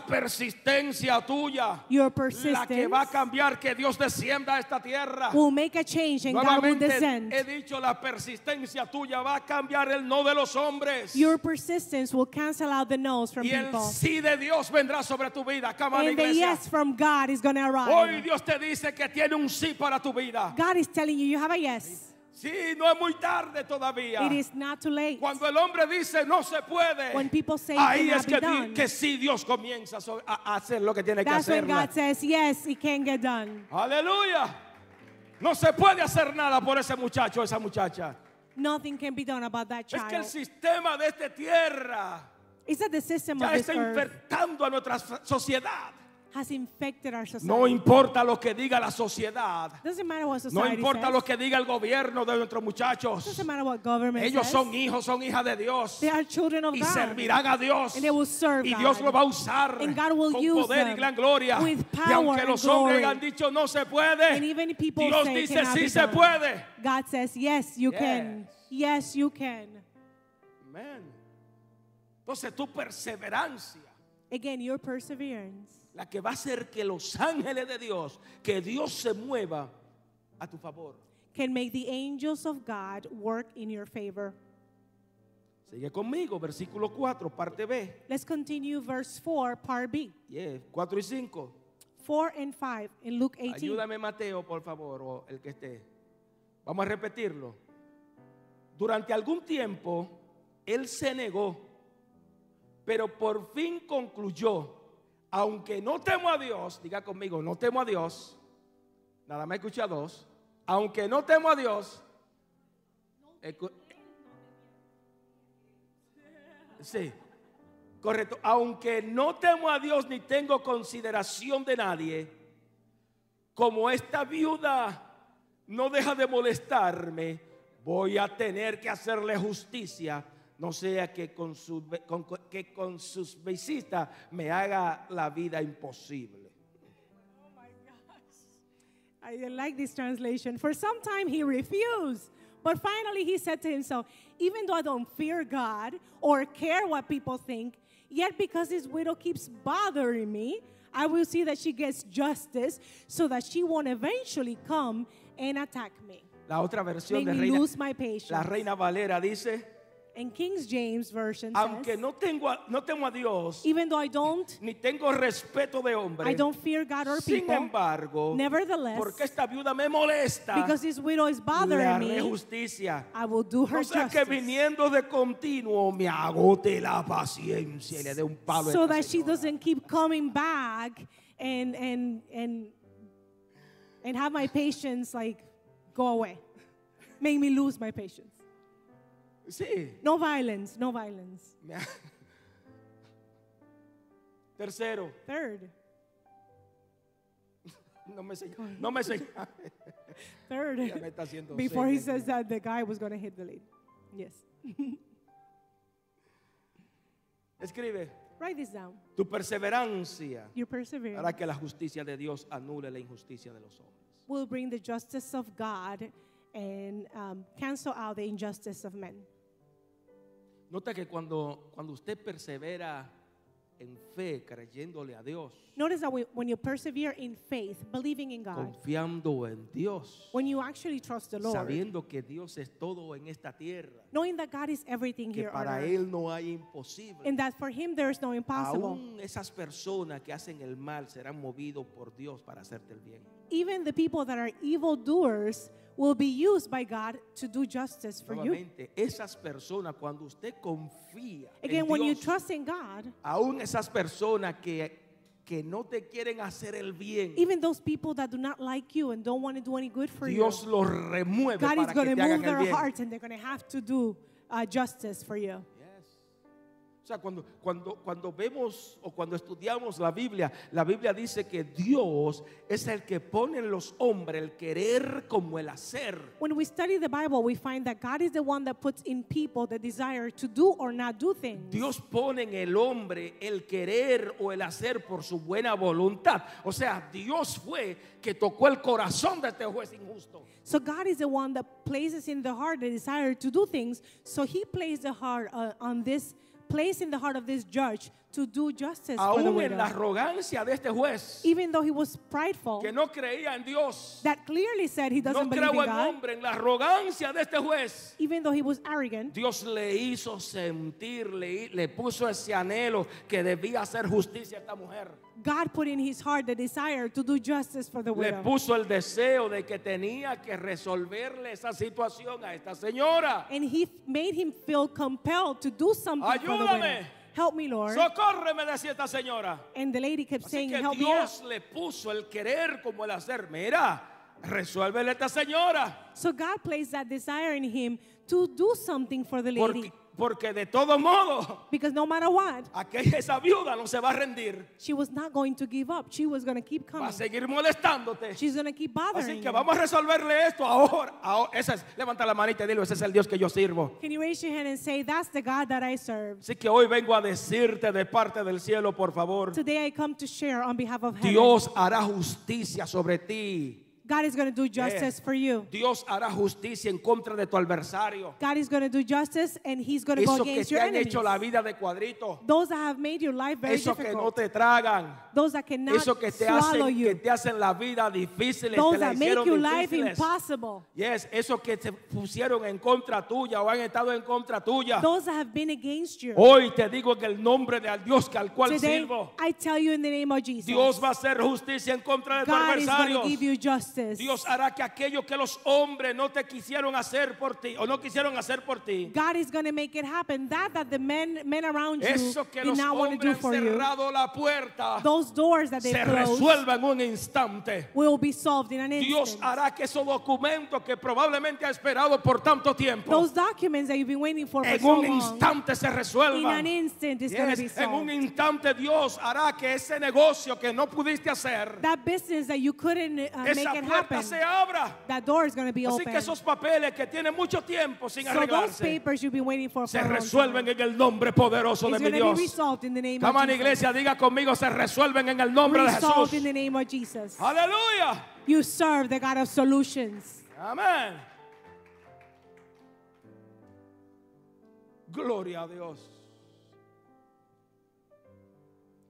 Speaker 2: persistencia tuya.
Speaker 3: Your
Speaker 2: La que va a
Speaker 3: persistence
Speaker 2: cambiar que Dios descienda a esta tierra.
Speaker 3: will make a change and God will
Speaker 2: Ah. Nuevamente he
Speaker 3: descend.
Speaker 2: dicho, la persistencia tuya va a cambiar el no de los hombres.
Speaker 3: Your persistence will cancel out the no's from
Speaker 2: Y el
Speaker 3: people.
Speaker 2: sí de Dios vendrá sobre tu vida. Come on,
Speaker 3: And the
Speaker 2: iglesia.
Speaker 3: yes from God is going to
Speaker 2: Hoy
Speaker 3: arrive.
Speaker 2: Dios te dice que tiene un sí para tu vida.
Speaker 3: God is telling you, you have a yes.
Speaker 2: Sí, no es muy tarde todavía.
Speaker 3: It is not too late.
Speaker 2: Cuando el hombre dice no se puede,
Speaker 3: When people say it
Speaker 2: ahí
Speaker 3: cannot
Speaker 2: es
Speaker 3: be
Speaker 2: que, di-
Speaker 3: done.
Speaker 2: que sí Dios comienza so- a, a hacer lo que tiene que
Speaker 3: That's
Speaker 2: hacer.
Speaker 3: when God says, yes, it can get done.
Speaker 2: Aleluya. No se puede hacer nada por ese muchacho, esa muchacha.
Speaker 3: Nothing can be done about that
Speaker 2: Es que el
Speaker 3: child.
Speaker 2: sistema de esta tierra
Speaker 3: It's that the system of
Speaker 2: ya
Speaker 3: this
Speaker 2: está
Speaker 3: earth
Speaker 2: infectando a nuestra so- sociedad.
Speaker 3: has infected our society.
Speaker 2: No importa lo que diga la sociedad.
Speaker 3: Doesn't matter what
Speaker 2: No
Speaker 3: society
Speaker 2: importa
Speaker 3: says.
Speaker 2: lo que diga el gobierno de nuestros muchachos.
Speaker 3: Doesn't matter what government
Speaker 2: Ellos
Speaker 3: says.
Speaker 2: son hijos, son hijas de Dios.
Speaker 3: They are children of
Speaker 2: Y
Speaker 3: God.
Speaker 2: servirán a Dios.
Speaker 3: And they will serve
Speaker 2: Y
Speaker 3: God.
Speaker 2: Dios lo va a usar
Speaker 3: And God will
Speaker 2: con
Speaker 3: use
Speaker 2: poder y
Speaker 3: them
Speaker 2: gran gloria.
Speaker 3: with
Speaker 2: y
Speaker 3: power
Speaker 2: aunque
Speaker 3: and
Speaker 2: los hombres
Speaker 3: glory.
Speaker 2: han dicho no se puede,
Speaker 3: And even if people
Speaker 2: Dios
Speaker 3: say it
Speaker 2: dice
Speaker 3: cannot
Speaker 2: sí
Speaker 3: be
Speaker 2: se
Speaker 3: done.
Speaker 2: puede.
Speaker 3: God says, yes, you can. Yes, you can.
Speaker 2: Amén. Entonces tu perseverancia
Speaker 3: Again, your perseverance
Speaker 2: la que va a hacer que los ángeles de Dios, que Dios se mueva a tu favor.
Speaker 3: can make the angels of God work in your favor.
Speaker 2: Sigue conmigo, versículo 4, parte B,
Speaker 3: Let's continue verse 4, part B.
Speaker 2: Yeah, 4 y 5.
Speaker 3: 4 and 5 in Luke 18.
Speaker 2: Ayúdame Mateo, por favor, o el que esté. Vamos a repetirlo. Durante algún tiempo, él se negó, pero por fin concluyó, aunque no temo a Dios, diga conmigo, no temo a Dios, nada más escucha dos, aunque no temo a Dios, escu- sí, correcto, aunque no temo a Dios ni tengo consideración de nadie, como esta viuda no deja de molestarme, voy a tener que hacerle justicia, no sea que con, su- con- que con sus visitas me haga la vida imposible.
Speaker 3: I like this translation. For some time he refused, but finally he said to himself, Even though I don't fear God or care what people think, yet because this widow keeps bothering me, I will see that she gets justice so that she won't eventually come and attack me.
Speaker 2: La otra versión
Speaker 3: Make
Speaker 2: de
Speaker 3: me
Speaker 2: Reina,
Speaker 3: lose my patience.
Speaker 2: la Reina Valera dice,
Speaker 3: And King James Version
Speaker 2: aunque
Speaker 3: says,
Speaker 2: no, tengo a- no temo a Dios,
Speaker 3: Even though I don't,
Speaker 2: ni tengo respeto de hombre,
Speaker 3: I don't fear God or
Speaker 2: sin
Speaker 3: people,
Speaker 2: embargo,
Speaker 3: nevertheless,
Speaker 2: porque esta viuda me molesta,
Speaker 3: because this widow is
Speaker 2: le
Speaker 3: bothering
Speaker 2: haré
Speaker 3: me,
Speaker 2: justicia.
Speaker 3: I will do her
Speaker 2: O sea que
Speaker 3: justice.
Speaker 2: viniendo de continuo me agote la paciencia y le dé un palo. a
Speaker 3: so
Speaker 2: esta
Speaker 3: that she
Speaker 2: señora.
Speaker 3: doesn't keep coming back and and and and have my patience like go away make me lose my patience
Speaker 2: Sí.
Speaker 3: no violence no violence
Speaker 2: Me ha- Tercero,
Speaker 3: third
Speaker 2: no me señale. No me señale. [laughs] Ya me
Speaker 3: third
Speaker 2: está haciendo
Speaker 3: [laughs] before he
Speaker 2: señas.
Speaker 3: says that the guy was going to hit the lady yes
Speaker 2: Escribe.
Speaker 3: write this down
Speaker 2: Tu perseverancia
Speaker 3: your perseverance
Speaker 2: hará que la justicia de Dios anule la injusticia de los hombres.
Speaker 3: will bring the justice of god and um, cancel out the injustice of men
Speaker 2: Nota que cuando, cuando usted persevera en fe, creyéndole a Dios,
Speaker 3: notice that when when you persevere in faith believing in god
Speaker 2: confiando en Dios,
Speaker 3: when you actually trust the Ah. lord
Speaker 2: sabiendo que Dios es todo en esta tierra,
Speaker 3: knowing that God is everything
Speaker 2: que
Speaker 3: here on
Speaker 2: para
Speaker 3: earth,
Speaker 2: Él no hay imposible.
Speaker 3: and that for Him there is no impossible.
Speaker 2: Aún esas personas que hacen el mal serán movidos por Dios para hacerte el bien.
Speaker 3: Even the people that are evildoers will be used by God to do justice for you.
Speaker 2: Nuevamente, esas personas, cuando usted confía
Speaker 3: Again,
Speaker 2: en
Speaker 3: when you
Speaker 2: Dios,
Speaker 3: trust in God,
Speaker 2: aún esas personas que, que no te quieren hacer el bien,
Speaker 3: even those people that do not like you and don't want to do any good for
Speaker 2: Dios
Speaker 3: you,
Speaker 2: los remueve
Speaker 3: God is
Speaker 2: para
Speaker 3: going
Speaker 2: que te
Speaker 3: to move
Speaker 2: hagan el
Speaker 3: their
Speaker 2: bien.
Speaker 3: hearts and they're going to have to do uh, justice for you.
Speaker 2: Yes. O sea, cuando, cuando, cuando vemos o cuando estudiamos la Biblia, la Biblia dice que Dios es el que pone en los hombres el querer como el hacer.
Speaker 3: When we study the Bible, we find that God is the one that puts in people the desire to do or not do things.
Speaker 2: Dios pone en el hombre el querer o el hacer por su buena voluntad. O sea, Dios fue que tocó el corazón de este juez injusto.
Speaker 3: So God is the one that places in the heart the desire to do things. So He placed the heart uh, on this place in the heart of this judge to do justice for the
Speaker 2: Aún en la
Speaker 3: widow.
Speaker 2: arrogancia de este juez
Speaker 3: Even though he was prideful,
Speaker 2: que no creía en Dios,
Speaker 3: that clearly said he doesn't
Speaker 2: no
Speaker 3: believe in
Speaker 2: creo en
Speaker 3: God.
Speaker 2: hombre, en la arrogancia de este juez.
Speaker 3: Even though he was arrogant,
Speaker 2: Dios le hizo sentir, le, le puso ese anhelo que debía hacer justicia a esta mujer.
Speaker 3: God put in his heart the desire to do justice for the
Speaker 2: Le
Speaker 3: widow.
Speaker 2: puso el deseo de que tenía que resolverle esa situación a esta señora.
Speaker 3: And he f- made him feel compelled to do something for the widow.
Speaker 2: Ayúdame.
Speaker 3: Help me, Lord.
Speaker 2: Socórreme, decía esta señora.
Speaker 3: and the lady kept
Speaker 2: Así
Speaker 3: saying,
Speaker 2: que
Speaker 3: Help me out.
Speaker 2: Dios le puso el querer como el hacer. Mira, resuélvele a esta señora.
Speaker 3: So God placed that desire in him to do something for the lady.
Speaker 2: Porque, porque de todo modo,
Speaker 3: Because no matter what,
Speaker 2: aquella esa viuda no se va a rendir.
Speaker 3: she was not going to give up. She was going to keep
Speaker 2: Va a
Speaker 3: coming.
Speaker 2: seguir molestándote.
Speaker 3: She's going to keep bothering.
Speaker 2: Así que
Speaker 3: you.
Speaker 2: vamos a resolverle esto ahora. ahora. Esa es- levanta la manita y dile, ese es el Dios que yo sirvo.
Speaker 3: Can you raise your hand and say, That's the God that I serve?
Speaker 2: Así que hoy vengo a decirte de parte del cielo, por favor,
Speaker 3: Today I come to share on behalf of heaven.
Speaker 2: Dios hará justicia sobre ti.
Speaker 3: God is going to do justice for you.
Speaker 2: Dios hará justicia en contra de tu adversario.
Speaker 3: God is going to do justice and He's going to go
Speaker 2: Eso que
Speaker 3: against
Speaker 2: te
Speaker 3: your
Speaker 2: han
Speaker 3: enemies.
Speaker 2: hecho la vida de cuadrito,
Speaker 3: Those that have made your life very
Speaker 2: eso que no
Speaker 3: difficult.
Speaker 2: te tragan,
Speaker 3: Those that cannot
Speaker 2: eso que te
Speaker 3: swallow
Speaker 2: hacen, que
Speaker 3: you.
Speaker 2: te hacen la vida difícil, te
Speaker 3: Those
Speaker 2: la
Speaker 3: that make
Speaker 2: hicieron
Speaker 3: your life
Speaker 2: difíciles.
Speaker 3: impossible.
Speaker 2: Yes, eso que te pusieron en contra tuya o han estado en contra tuya.
Speaker 3: Those that have been against you.
Speaker 2: Hoy te digo en el nombre de al Dios que al cual
Speaker 3: Today
Speaker 2: Oh, sirvo,
Speaker 3: I tell you in the name of Jesus.
Speaker 2: Dios va a hacer justicia en contra de tus
Speaker 3: God is going to give
Speaker 2: adversarios.
Speaker 3: you justice.
Speaker 2: Dios hará que aquello que los hombres no te quisieron hacer por ti o no quisieron hacer por ti,
Speaker 3: God is going to make it happen. That that the men men around you
Speaker 2: eso que
Speaker 3: did
Speaker 2: los
Speaker 3: not want to do
Speaker 2: hombres han
Speaker 3: for you.
Speaker 2: cerrado la puerta,
Speaker 3: Those doors that they
Speaker 2: se
Speaker 3: closed
Speaker 2: resuelva en un instante.
Speaker 3: will be solved in an
Speaker 2: Dios
Speaker 3: instant.
Speaker 2: hará que esos documentos que probablemente ha esperado por tanto tiempo,
Speaker 3: Those documents that you've been waiting for for
Speaker 2: en
Speaker 3: so
Speaker 2: un
Speaker 3: long,
Speaker 2: instante se
Speaker 3: in an
Speaker 2: resuelvan.
Speaker 3: instant, is going to be
Speaker 2: Yes, en un
Speaker 3: solved.
Speaker 2: instante Dios hará que ese negocio que no pudiste hacer
Speaker 3: That business that you couldn't uh, make
Speaker 2: esa
Speaker 3: it can
Speaker 2: puerta
Speaker 3: happen,
Speaker 2: se abra.
Speaker 3: that door is going to be
Speaker 2: Así
Speaker 3: open.
Speaker 2: que esos papeles que tienen mucho tiempo sin
Speaker 3: so those
Speaker 2: arreglarse
Speaker 3: papers you've been waiting for for
Speaker 2: se
Speaker 3: a long
Speaker 2: resuelven
Speaker 3: time.
Speaker 2: en el nombre poderoso de
Speaker 3: It's
Speaker 2: mi
Speaker 3: going to be
Speaker 2: Dios.
Speaker 3: resolved in the name
Speaker 2: Come
Speaker 3: of
Speaker 2: on,
Speaker 3: Jesus.
Speaker 2: iglesia, diga conmigo, se resuelven en el nombre de
Speaker 3: resolved
Speaker 2: Jesús.
Speaker 3: in the name of Jesus.
Speaker 2: Aleluya.
Speaker 3: You serve the God of solutions.
Speaker 2: Amén. Gloria a Dios.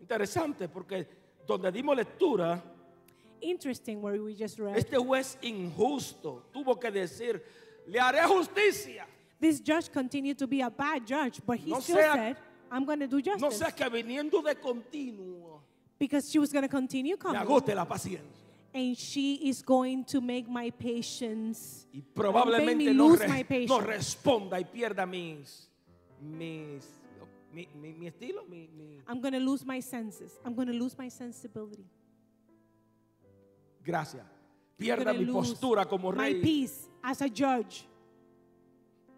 Speaker 2: Interesante porque donde dimos lectura,
Speaker 3: Interesting where we just read.
Speaker 2: este juez injusto tuvo que decir, le haré justicia.
Speaker 3: this judge continued to be a bad judge, but he
Speaker 2: No
Speaker 3: still
Speaker 2: sea-
Speaker 3: said, I'm going to do justice.
Speaker 2: No sé que viniendo de continuo,
Speaker 3: because she was going to continue
Speaker 2: me
Speaker 3: coming.
Speaker 2: agote la paciencia.
Speaker 3: and she is going to make my patience.
Speaker 2: Y
Speaker 3: make
Speaker 2: probablemente
Speaker 3: me
Speaker 2: no,
Speaker 3: lose
Speaker 2: re-
Speaker 3: my patience.
Speaker 2: no responda y pierda mis, mis, mi, mi- mi estilo, mi- mi,
Speaker 3: I'm going to lose my senses. I'm going to lose my sensibility.
Speaker 2: Gracias.
Speaker 3: I'm
Speaker 2: Pierda
Speaker 3: gonna
Speaker 2: mi
Speaker 3: lose
Speaker 2: postura como
Speaker 3: My
Speaker 2: rey.
Speaker 3: peace as a judge.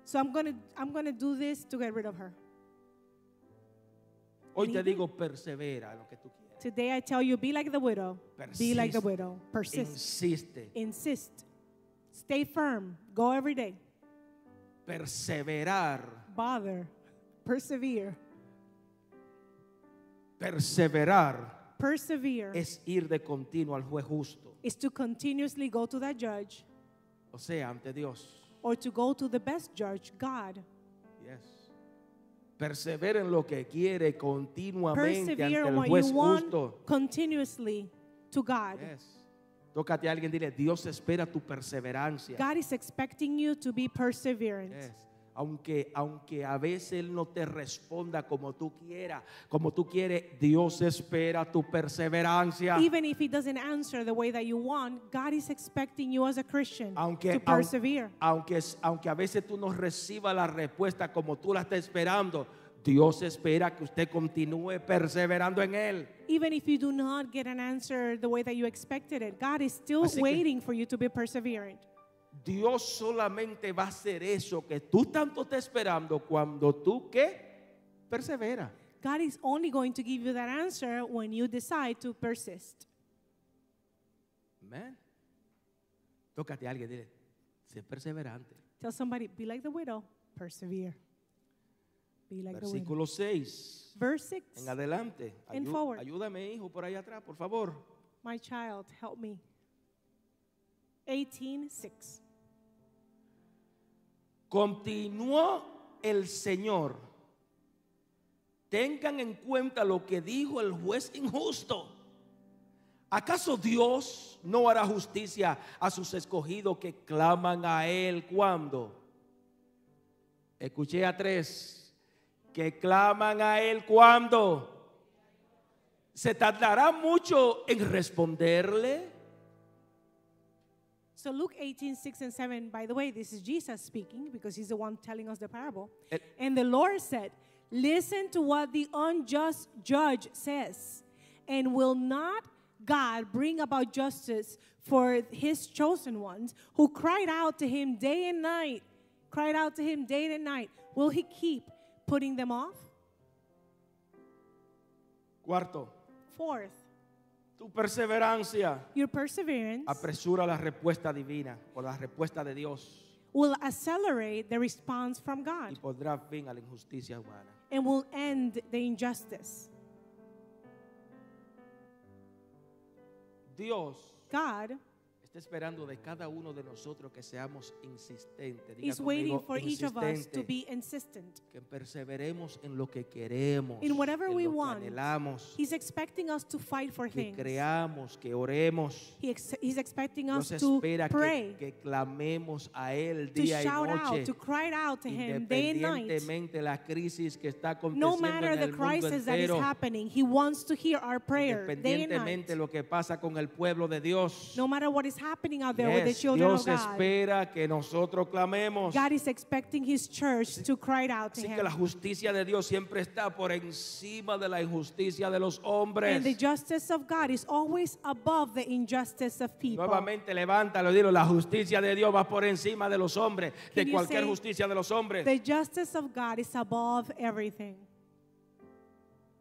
Speaker 3: So I'm going to I'm going to do this to get rid of her.
Speaker 2: Hoy te digo, persevera en lo que tú quieras.
Speaker 3: Today I tell you, be like the widow. Be like the
Speaker 2: Persist.
Speaker 3: widow. Persist.
Speaker 2: Insiste.
Speaker 3: Insist. Stay firm. Go every day.
Speaker 2: Perseverar.
Speaker 3: Bother. Persevere.
Speaker 2: Perseverar
Speaker 3: Persevere
Speaker 2: es ir de continuo al juez justo.
Speaker 3: is to continuously go to that judge
Speaker 2: O sea, ante Dios.
Speaker 3: or to go to the best judge, God.
Speaker 2: Yes. Persevera en lo que quiere continuamente ante
Speaker 3: Persevere in
Speaker 2: el
Speaker 3: what you
Speaker 2: juez
Speaker 3: want
Speaker 2: justo.
Speaker 3: continuously to God.
Speaker 2: Yes. Tócate a alguien, dile, Dios espera tu perseverancia.
Speaker 3: God is expecting you to be perseverant.
Speaker 2: Yes. Aunque, aunque a veces Él no te responda como tú quieras, como tú quieres, Dios espera tu perseverancia.
Speaker 3: Even if He doesn't answer the way that you want, God is expecting you as a Christian to
Speaker 2: Aunque, aun-
Speaker 3: persevere.
Speaker 2: aunque, es- aunque a veces tú no recibas la respuesta como tú la estás esperando, Dios espera que usted continúe perseverando en Él.
Speaker 3: Even if you do not get an answer the way that you expected it, God is still
Speaker 2: Así que-
Speaker 3: waiting for you to be perseverant.
Speaker 2: Dios solamente va a hacer eso que tú tanto estás esperando cuando tú que persevera.
Speaker 3: God is only going to give you that answer when you decide to persist.
Speaker 2: Amén. Tócate a alguien, dile, sé perseverante.
Speaker 3: Tell somebody, be like the widow, persevere. Be like the widow.
Speaker 2: Versículo 6.
Speaker 3: Verse 6
Speaker 2: En adelante.
Speaker 3: And
Speaker 2: Ayu-
Speaker 3: forward.
Speaker 2: ayúdame, hijo, por ahí atrás, por favor.
Speaker 3: My child, help me. 18 6.
Speaker 2: Continuó el Señor. Tengan en cuenta lo que dijo el juez injusto. ¿Acaso Dios no hará justicia a sus escogidos que claman a Él cuando? Escuché a tres que claman a Él cuando. ¿Se tardará mucho en responderle?
Speaker 3: So Luke 18, 6 and 7, by the way, this is Jesus speaking because he's the one telling us the parable.
Speaker 2: El-
Speaker 3: and the Lord said, Listen to what the unjust judge says, and will not God bring about justice for his chosen ones who cried out to him day and night? Cried out to him day and night. Will he keep putting them off?
Speaker 2: Cuarto,
Speaker 3: Fourth,
Speaker 2: tu perseverancia.
Speaker 3: your perseverance
Speaker 2: Apresura la respuesta divina o la respuesta de Dios
Speaker 3: will accelerate the response from
Speaker 2: y
Speaker 3: God
Speaker 2: pondrá fin a la injusticia humana.
Speaker 3: and will end the injustice.
Speaker 2: Dios
Speaker 3: God
Speaker 2: está esperando de cada uno de nosotros que seamos insistentes. Diga
Speaker 3: is waiting
Speaker 2: conmigo,
Speaker 3: for each of us to
Speaker 2: insistente,
Speaker 3: be insistent
Speaker 2: que perseveremos en lo que queremos,
Speaker 3: in whatever
Speaker 2: en
Speaker 3: we
Speaker 2: lo que
Speaker 3: want.
Speaker 2: anhelamos,
Speaker 3: He's expecting us to fight for
Speaker 2: que
Speaker 3: things.
Speaker 2: creamos, que oremos.
Speaker 3: He ex- he's expecting
Speaker 2: Dios
Speaker 3: us to
Speaker 2: espera
Speaker 3: pray,
Speaker 2: que, que clamemos a Él
Speaker 3: to
Speaker 2: día y
Speaker 3: shout
Speaker 2: noche.
Speaker 3: out, to cry out to Him day and night.
Speaker 2: Independientemente la crisis que está aconteciendo
Speaker 3: No matter
Speaker 2: en
Speaker 3: the
Speaker 2: el mundo
Speaker 3: crisis that is
Speaker 2: entero,
Speaker 3: happening, He wants to hear our prayer day and night.
Speaker 2: Independientemente lo que pasa con el pueblo de Dios.
Speaker 3: No matter what is happening out there with the
Speaker 2: Yes,
Speaker 3: children
Speaker 2: Dios
Speaker 3: of God,
Speaker 2: espera que nosotros clamemos.
Speaker 3: God is expecting His church to cry out to
Speaker 2: Así
Speaker 3: Him.
Speaker 2: que la justicia de Dios siempre está por encima de la injusticia de los
Speaker 3: And the
Speaker 2: hombres.
Speaker 3: justice of God is always above the injustice of people.
Speaker 2: Nuevamente levántalo y dilo, la justicia de Dios va por encima de los hombres, de
Speaker 3: you
Speaker 2: cualquier
Speaker 3: say
Speaker 2: justicia de los hombres.
Speaker 3: The justice of God is above everything.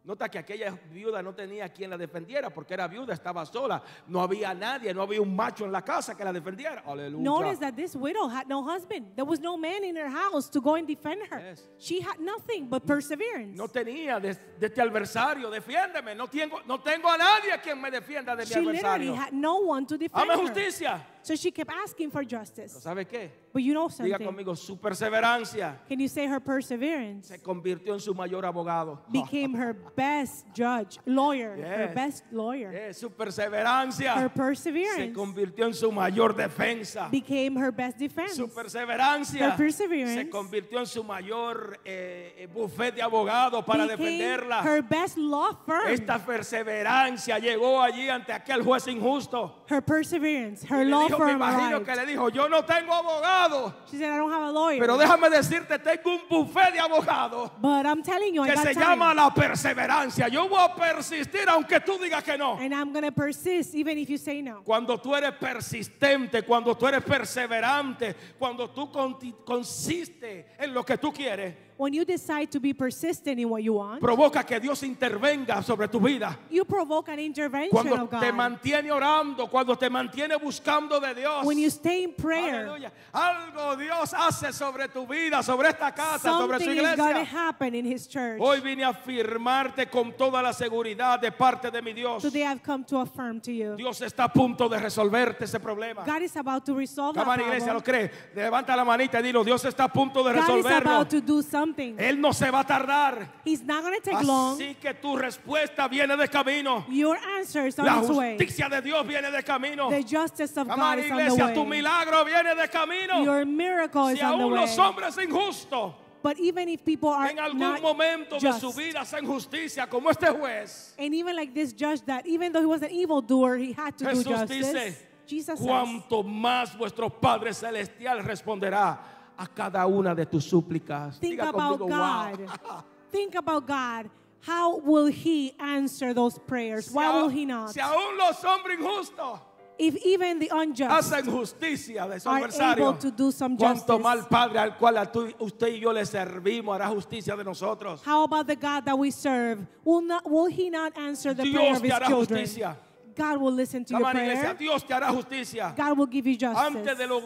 Speaker 2: Nota que aquella viuda no tenía quien la defendiera porque era viuda, estaba sola. No había nadie, no había un macho en la casa que la defendiera.
Speaker 3: Notice
Speaker 2: Aleluya.
Speaker 3: that this widow had no husband. There was no man in her house to go and defend her.
Speaker 2: Yes. Mm.
Speaker 3: She had nothing but perseverance.
Speaker 2: No tenía de, de este adversario, defiéndeme. No tengo, no tengo a nadie quien me defienda de mi
Speaker 3: she literally
Speaker 2: adversario.
Speaker 3: had no one to defend
Speaker 2: Hame
Speaker 3: her.
Speaker 2: justicia.
Speaker 3: So she kept asking for
Speaker 2: ¿Pero
Speaker 3: justice.
Speaker 2: ¿Sabe qué?
Speaker 3: But you know
Speaker 2: Diga
Speaker 3: something.
Speaker 2: conmigo, su perseverancia
Speaker 3: Can you say her perseverance
Speaker 2: se convirtió en su mayor abogado.
Speaker 3: became her best judge, lawyer, her
Speaker 2: Yes.
Speaker 3: best lawyer.
Speaker 2: Eh, su perseverancia
Speaker 3: Her
Speaker 2: se
Speaker 3: perseverance
Speaker 2: convirtió en su mayor defensa.
Speaker 3: became her best defense.
Speaker 2: Su perseverancia
Speaker 3: Her perseverance
Speaker 2: se convirtió en su mayor eh, eh, buffet de abogados para
Speaker 3: Became
Speaker 2: defenderla.
Speaker 3: Her best law firm.
Speaker 2: Esta perseverancia llegó allí ante aquel juez injusto.
Speaker 3: her perseverance,
Speaker 2: Y
Speaker 3: her
Speaker 2: le
Speaker 3: law
Speaker 2: dijo, me
Speaker 3: firm
Speaker 2: imagino
Speaker 3: arrived.
Speaker 2: que le dijo, yo no tengo abogado,
Speaker 3: She said, I don't have a lawyer.
Speaker 2: pero déjame decirte, tengo un buffet de abogados
Speaker 3: but I'm telling you, I
Speaker 2: que
Speaker 3: got
Speaker 2: se
Speaker 3: Oh time.
Speaker 2: llama la perseverancia. Yo voy a persistir aunque tú digas que no.
Speaker 3: and I'm going to persist even if you say no.
Speaker 2: Cuando tú eres persistente, cuando tú eres perseverante, cuando tú conti- consistes en lo que tú quieres,
Speaker 3: When you decide to be persistent in what you want,
Speaker 2: provoca que Dios intervenga sobre tu vida.
Speaker 3: you provoke an intervention
Speaker 2: Cuando
Speaker 3: of
Speaker 2: te
Speaker 3: oh God.
Speaker 2: mantiene orando, cuando te mantiene buscando de Dios.
Speaker 3: When you stay in prayer,
Speaker 2: Aleluya. Algo Dios hace sobre tu vida, sobre esta casa, sobre su
Speaker 3: something is going to
Speaker 2: iglesia.
Speaker 3: happen in His church.
Speaker 2: Hoy vine a afirmarte con toda la seguridad de parte de mi Dios.
Speaker 3: Today I've come to affirm to you.
Speaker 2: Dios está a punto de resolverte ese problema.
Speaker 3: God is about to resolve that
Speaker 2: Cámara iglesia,
Speaker 3: problem.
Speaker 2: lo cree. Levanta la manita y dilo, Dios está a punto de
Speaker 3: God is
Speaker 2: resolverlo.
Speaker 3: about to do something.
Speaker 2: Él no se va a tardar.
Speaker 3: He's not going to take long.
Speaker 2: Así que tu respuesta viene de camino.
Speaker 3: Your answer is
Speaker 2: La
Speaker 3: on its way.
Speaker 2: justicia de Dios viene de camino.
Speaker 3: The justice of God
Speaker 2: Cámara
Speaker 3: is on the
Speaker 2: iglesia, tu
Speaker 3: way.
Speaker 2: milagro viene de camino.
Speaker 3: Your miracle
Speaker 2: Si
Speaker 3: is on the
Speaker 2: aún los
Speaker 3: way.
Speaker 2: hombres injustos
Speaker 3: But even if people are
Speaker 2: en algún
Speaker 3: not
Speaker 2: momento de
Speaker 3: just,
Speaker 2: su vida hacen justicia como este juez,
Speaker 3: and even like this judge, that even though he was an evildoer, he had to do
Speaker 2: Jesús
Speaker 3: justice.
Speaker 2: dice,
Speaker 3: Jesus says,
Speaker 2: cuanto más vuestro Padre Celestial responderá a cada una de tus súplicas.
Speaker 3: think
Speaker 2: Diga
Speaker 3: about
Speaker 2: conmigo,
Speaker 3: God.
Speaker 2: wow.
Speaker 3: [laughs] think about God. How will he answer those prayers?
Speaker 2: Si
Speaker 3: Why
Speaker 2: aún-
Speaker 3: will he not?
Speaker 2: Si aún los hombres injustos
Speaker 3: if even the unjust
Speaker 2: hacen justicia de su
Speaker 3: are
Speaker 2: adversario,
Speaker 3: able to do some
Speaker 2: cuanto
Speaker 3: justice.
Speaker 2: mal Padre al cual a tú- usted y yo le servimos hará justicia de nosotros.
Speaker 3: How about the God that we serve? Will not will he not answer the
Speaker 2: Dios
Speaker 3: prayer of
Speaker 2: te
Speaker 3: his
Speaker 2: hará
Speaker 3: children?
Speaker 2: justicia.
Speaker 3: God will listen to your
Speaker 2: Amada iglesia,
Speaker 3: prayer.
Speaker 2: Dios te hará justicia.
Speaker 3: God will give you justice.
Speaker 2: Antes de lo,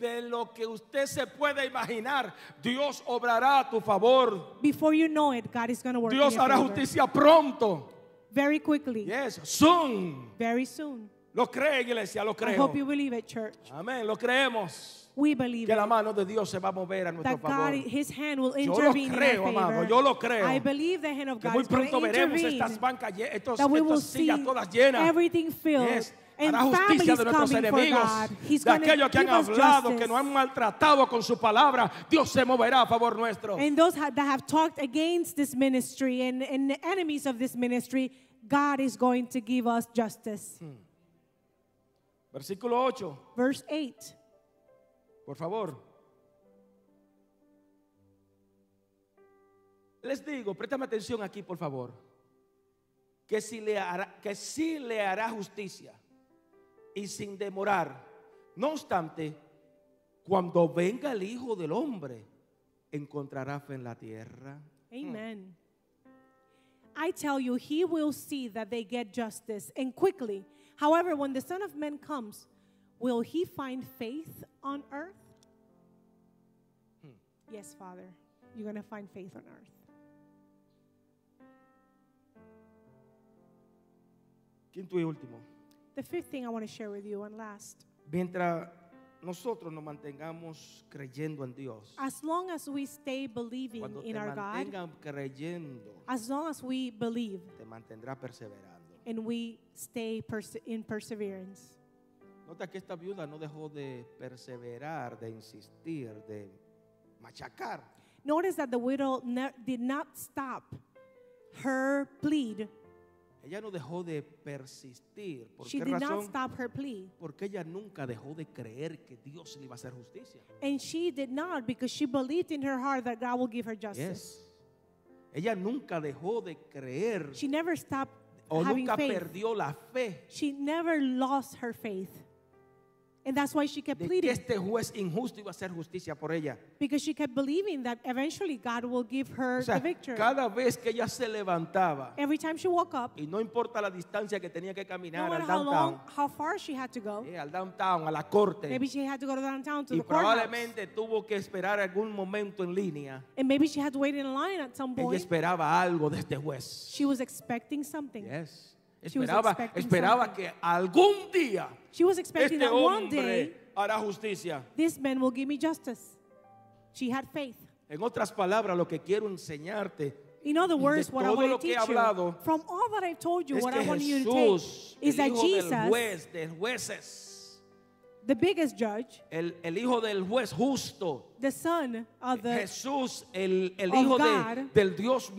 Speaker 2: de lo que usted se pueda imaginar, Dios obrará a tu favor.
Speaker 3: Before you know it, God is going to work. in
Speaker 2: Dios
Speaker 3: your
Speaker 2: hará
Speaker 3: favor.
Speaker 2: justicia pronto.
Speaker 3: Very quickly.
Speaker 2: Yes, soon.
Speaker 3: Very soon.
Speaker 2: Lo cree, iglesia, lo
Speaker 3: I hope you
Speaker 2: creo.
Speaker 3: believe it, church.
Speaker 2: Amén, lo creemos.
Speaker 3: We believe
Speaker 2: Que la
Speaker 3: it.
Speaker 2: mano de Dios se va a mover a nuestro
Speaker 3: That God,
Speaker 2: favor.
Speaker 3: His hand will
Speaker 2: lo
Speaker 3: intervene
Speaker 2: creo,
Speaker 3: in our favor.
Speaker 2: amado, yo lo creo.
Speaker 3: I believe the hand of
Speaker 2: Que
Speaker 3: God
Speaker 2: muy
Speaker 3: is going
Speaker 2: pronto
Speaker 3: to
Speaker 2: veremos
Speaker 3: intervene.
Speaker 2: estas bancas, lle- estos,
Speaker 3: that we will
Speaker 2: estas
Speaker 3: see
Speaker 2: sillas todas llenas.
Speaker 3: everything filled.
Speaker 2: Yes,
Speaker 3: And
Speaker 2: hará justicia
Speaker 3: families
Speaker 2: de nuestros
Speaker 3: coming for
Speaker 2: enemigos,
Speaker 3: God. He's
Speaker 2: de
Speaker 3: going to
Speaker 2: aquellos
Speaker 3: give
Speaker 2: que han
Speaker 3: us
Speaker 2: hablado,
Speaker 3: justice.
Speaker 2: que nos han maltratado con su palabra. Dios se moverá a favor nuestro.
Speaker 3: And those ha- that have talked against this ministry and, and the enemies of this ministry, God is going to give us justice.
Speaker 2: Mm. Versículo 8.
Speaker 3: Verse 8.
Speaker 2: Por favor. Les digo, préstame atención aquí, por favor. Que si le hará, que sí le hará justicia y sin demorar. No obstante, cuando venga el Hijo del Hombre, encontrará fe en la tierra.
Speaker 3: Amen. I tell you, he will see that they get justice and quickly. However, when the Son of Man comes, will he find faith on earth?
Speaker 2: Hmm.
Speaker 3: Yes, Father, you're going to find faith on earth.
Speaker 2: Quinto y último.
Speaker 3: The fifth thing I want to share with you, and last,
Speaker 2: Mientras nosotros nos mantengamos creyendo en Dios,
Speaker 3: as long as we stay believing
Speaker 2: cuando te
Speaker 3: in our God,
Speaker 2: mantengan creyendo,
Speaker 3: as long as we believe
Speaker 2: te mantendrá perseverando.
Speaker 3: and we stay perse- in perseverance.
Speaker 2: Nota que esta viuda no dejó de perseverar, de insistir, de machacar.
Speaker 3: Notice that the widow ne- did not stop her plead
Speaker 2: Ella no dejó de persistir. ¿Por
Speaker 3: She
Speaker 2: qué
Speaker 3: did not
Speaker 2: razón?
Speaker 3: stop her plea.
Speaker 2: Porque ella nunca dejó de creer que Dios le iba a hacer justicia.
Speaker 3: And she did not because she believed in her heart that God will give her justice.
Speaker 2: Yes. Ella nunca dejó de creer
Speaker 3: She never stopped
Speaker 2: o
Speaker 3: having
Speaker 2: nunca
Speaker 3: faith.
Speaker 2: perdió la fe.
Speaker 3: She never lost her faith. And that's why she kept
Speaker 2: de que
Speaker 3: pleading.
Speaker 2: este juez injusto iba a hacer justicia por ella.
Speaker 3: Because she kept believing that eventually God will give her
Speaker 2: O sea,
Speaker 3: the victory.
Speaker 2: cada vez que ella se levantaba,
Speaker 3: Every time she woke up,
Speaker 2: y no importa la distancia que tenía que
Speaker 3: no
Speaker 2: caminar
Speaker 3: matter
Speaker 2: al
Speaker 3: how long,
Speaker 2: downtown,
Speaker 3: how far she had to go,
Speaker 2: eh, al downtown, a la corte,
Speaker 3: maybe she had to go downtown to
Speaker 2: y
Speaker 3: the courthouse.
Speaker 2: probablemente tuvo que esperar algún momento en línea.
Speaker 3: And maybe she had to wait in line at some
Speaker 2: Ella
Speaker 3: point.
Speaker 2: esperaba algo de este juez.
Speaker 3: She was expecting something.
Speaker 2: Yes.
Speaker 3: She was
Speaker 2: Esperaba,
Speaker 3: expecting
Speaker 2: esperaba
Speaker 3: something.
Speaker 2: que algún día
Speaker 3: She was expecting
Speaker 2: este
Speaker 3: that one day
Speaker 2: hombre hará justicia.
Speaker 3: this man will give me justice. She had faith.
Speaker 2: En otras palabras, lo que quiero enseñarte
Speaker 3: In other words, what I
Speaker 2: todo
Speaker 3: want
Speaker 2: lo
Speaker 3: to
Speaker 2: que he
Speaker 3: teach you,
Speaker 2: hablado,
Speaker 3: from all that I've told you,
Speaker 2: es
Speaker 3: what
Speaker 2: que
Speaker 3: I want you to
Speaker 2: Jesús,
Speaker 3: take
Speaker 2: el
Speaker 3: is that
Speaker 2: hijo del
Speaker 3: Jesus,
Speaker 2: juez, de jueces,
Speaker 3: the biggest judge,
Speaker 2: el, el hijo del juez justo,
Speaker 3: the son of the
Speaker 2: Jesús, el, el
Speaker 3: of
Speaker 2: hijo de-
Speaker 3: God.
Speaker 2: del Dios